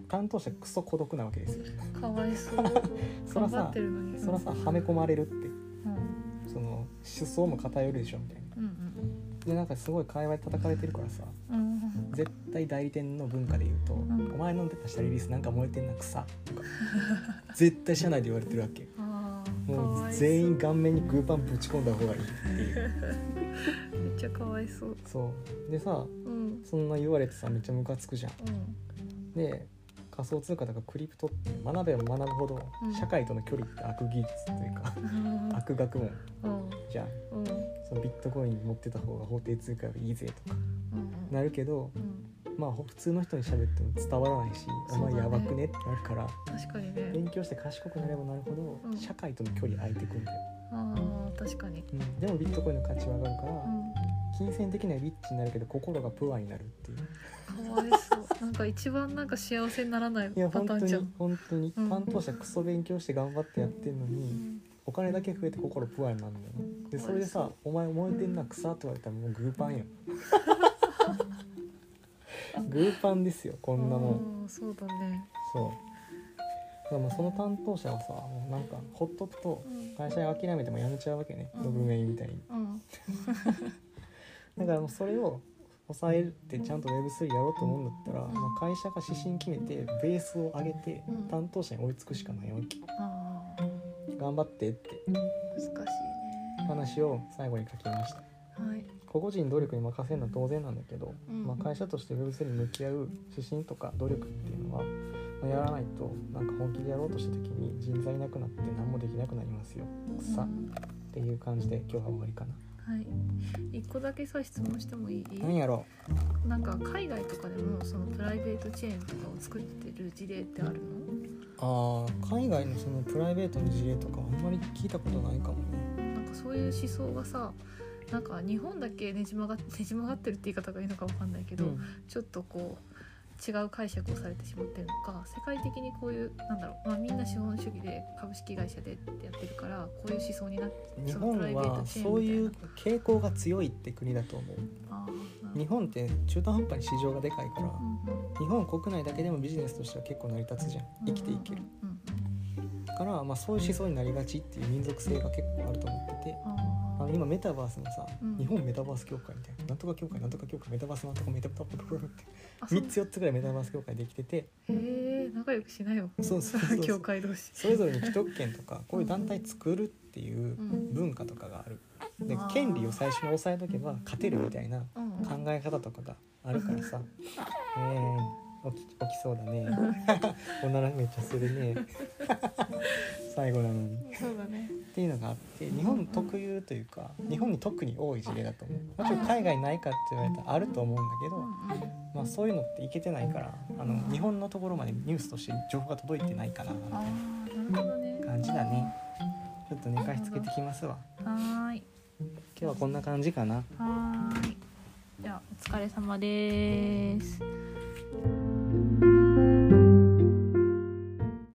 Speaker 1: 担当者クソ孤独なわけですよ
Speaker 2: うんかわいそう
Speaker 1: そら
Speaker 2: 頑張
Speaker 1: さ
Speaker 2: ってるのに
Speaker 1: そらさはめ込まれるって
Speaker 2: うん
Speaker 1: その思想も偏るでしょみたいな
Speaker 2: うん
Speaker 1: でなんかすごい会話で叩かれてるからさ
Speaker 2: うんうん
Speaker 1: 絶対代理店の文化で言うと「
Speaker 2: ん
Speaker 1: お前飲んでたしたリリースなんか燃えてんな草」とか絶対社内で言われてるわけ
Speaker 2: あーか
Speaker 1: も
Speaker 2: わ
Speaker 1: う
Speaker 2: いそう
Speaker 1: 全員顔面にグーパンぶち込んだ方がいいっていう
Speaker 2: めっちゃかわいそう
Speaker 1: そうでさ
Speaker 2: うん
Speaker 1: そんな言われてさめっちゃムカつくじゃん
Speaker 2: うん
Speaker 1: で仮想通貨とかクリプトって学べば学ぶほど
Speaker 2: うん
Speaker 1: 社会との距離って悪技術というか、
Speaker 2: うん
Speaker 1: 悪学問
Speaker 2: うん
Speaker 1: じゃん
Speaker 2: うん
Speaker 1: そのビットコイン持ってた方が法定通貨よりいいぜとか
Speaker 2: うん
Speaker 1: なるけど
Speaker 2: うん
Speaker 1: まあ普通の人に喋っても伝わらないし「お
Speaker 2: そうだね
Speaker 1: 前やばくね」ってなるから
Speaker 2: 確かにね
Speaker 1: 勉強して賢くなればなるほ
Speaker 2: うん
Speaker 1: ど社会との距離空いてくんだよ、
Speaker 2: あー確かに
Speaker 1: うんでもビットコインの価値は上がるか
Speaker 2: う
Speaker 1: ら
Speaker 2: ん
Speaker 1: 金銭的にはリッチになるけど心がプアになるっていう
Speaker 2: かわい そうなんか一番なんか幸せにならない
Speaker 1: いや
Speaker 2: パ
Speaker 1: 本
Speaker 2: タ
Speaker 1: 当
Speaker 2: ーン
Speaker 1: に
Speaker 2: じゃん
Speaker 1: 本当に
Speaker 2: うん
Speaker 1: 担当者クソ勉強して頑張ってやってんの
Speaker 2: う
Speaker 1: に
Speaker 2: ん
Speaker 1: お金だけ増えて心プアになるんだよねでそれでさ「お前燃えてんな草」って言われたらもうグーパ ンよグーパンですよこんなもん
Speaker 2: あーそうだね
Speaker 1: そうだからもうその担当者はさもうなんかほっとくと
Speaker 2: うん
Speaker 1: 会社諦めても辞めちゃうわけね
Speaker 2: うん
Speaker 1: ドブメインみたいに
Speaker 2: うん
Speaker 1: だからもうそれを抑えてちゃんと Web3 やろうと思うんだったら、
Speaker 2: ん
Speaker 1: まあ、会社が指針決めてベースを上げて
Speaker 2: うん
Speaker 1: 担当者に追いつくしかないわけ
Speaker 2: ああ
Speaker 1: 頑張ってって
Speaker 2: 難しいね
Speaker 1: 話を最後に書きました
Speaker 2: はい
Speaker 1: 個々人の努力に任せるのは当然なんだけど、
Speaker 2: うん
Speaker 1: まあ、会社として Web3 に向き合う指針とか努力っていうのは、まあ、やらないとなんか本気でやろうとした時に人材いなくなって何もできなくなりますよさ
Speaker 2: うん
Speaker 1: っていう感じで今日は終わりかな
Speaker 2: はい一個だけさ質問してもいい
Speaker 1: 何やろ
Speaker 2: なんか海外とかでもそのプライベートチェーンとかを作ってる事例ってある
Speaker 1: うあー海外のそのプライベートの事例とかあんまり聞いたことないかもね
Speaker 2: のなんかそういう思想がさなんか日本だけねじ曲が ねじ曲がってるって言い方がいいのかわかんないけど、ちょっとこう違う解釈をされてしまってるのか世界的にこういうなんだろう、まあ、みんな資本主義で株式会社でってやってるからこういう思想になって
Speaker 1: 日本はそういう傾向が強いって国だと思う
Speaker 2: あーなるほど
Speaker 1: 日本って中途半端に市場がでかいから
Speaker 2: うんうん
Speaker 1: 日本国内だけでもビジネスとしては結構成り立つじゃん生きていける
Speaker 2: うんうん
Speaker 1: だから、まあ、そういう思想になりがちっていう民族性が結構あると思っててあ
Speaker 2: うんうんあ
Speaker 1: の
Speaker 2: ー
Speaker 1: 今メタバースのさ、
Speaker 2: うん
Speaker 1: 日本メタバース協会みたいななんとか協会なんとか協会メタバースなんとかメタバース協会って
Speaker 2: あそう
Speaker 1: 3つ4つぐらいメタバース協会できてて
Speaker 2: へえ仲良くしなよ
Speaker 1: そうそう そうそ
Speaker 2: 教
Speaker 1: う
Speaker 2: 会同士
Speaker 1: それぞれに既得権とかこういう団体作るっていう
Speaker 2: うん
Speaker 1: 文化とかがある
Speaker 2: ん
Speaker 1: で
Speaker 2: あー
Speaker 1: 権利を最初に押さえとけば勝てるみたいな
Speaker 2: うんうん
Speaker 1: 考え方とかがあるからさ「えー、起き起きそうだね」「おならめっちゃするね」最後なのに。
Speaker 2: そうだね
Speaker 1: っていうのがあって日本特有というか日本に特に多い事例だと思うもちろん海外ないかって言われたらあると思うんだけ
Speaker 2: うんう
Speaker 1: ど、
Speaker 2: ん
Speaker 1: まあ、そういうのっていけてないからあの日本のところまでニュースとして情報が届いてないかな
Speaker 2: あーなるほどね
Speaker 1: 感じだねちょっと寝かしつけてきますわ
Speaker 2: はーい
Speaker 1: 今日はこんな感じかな
Speaker 2: はーいじゃあお疲れ様です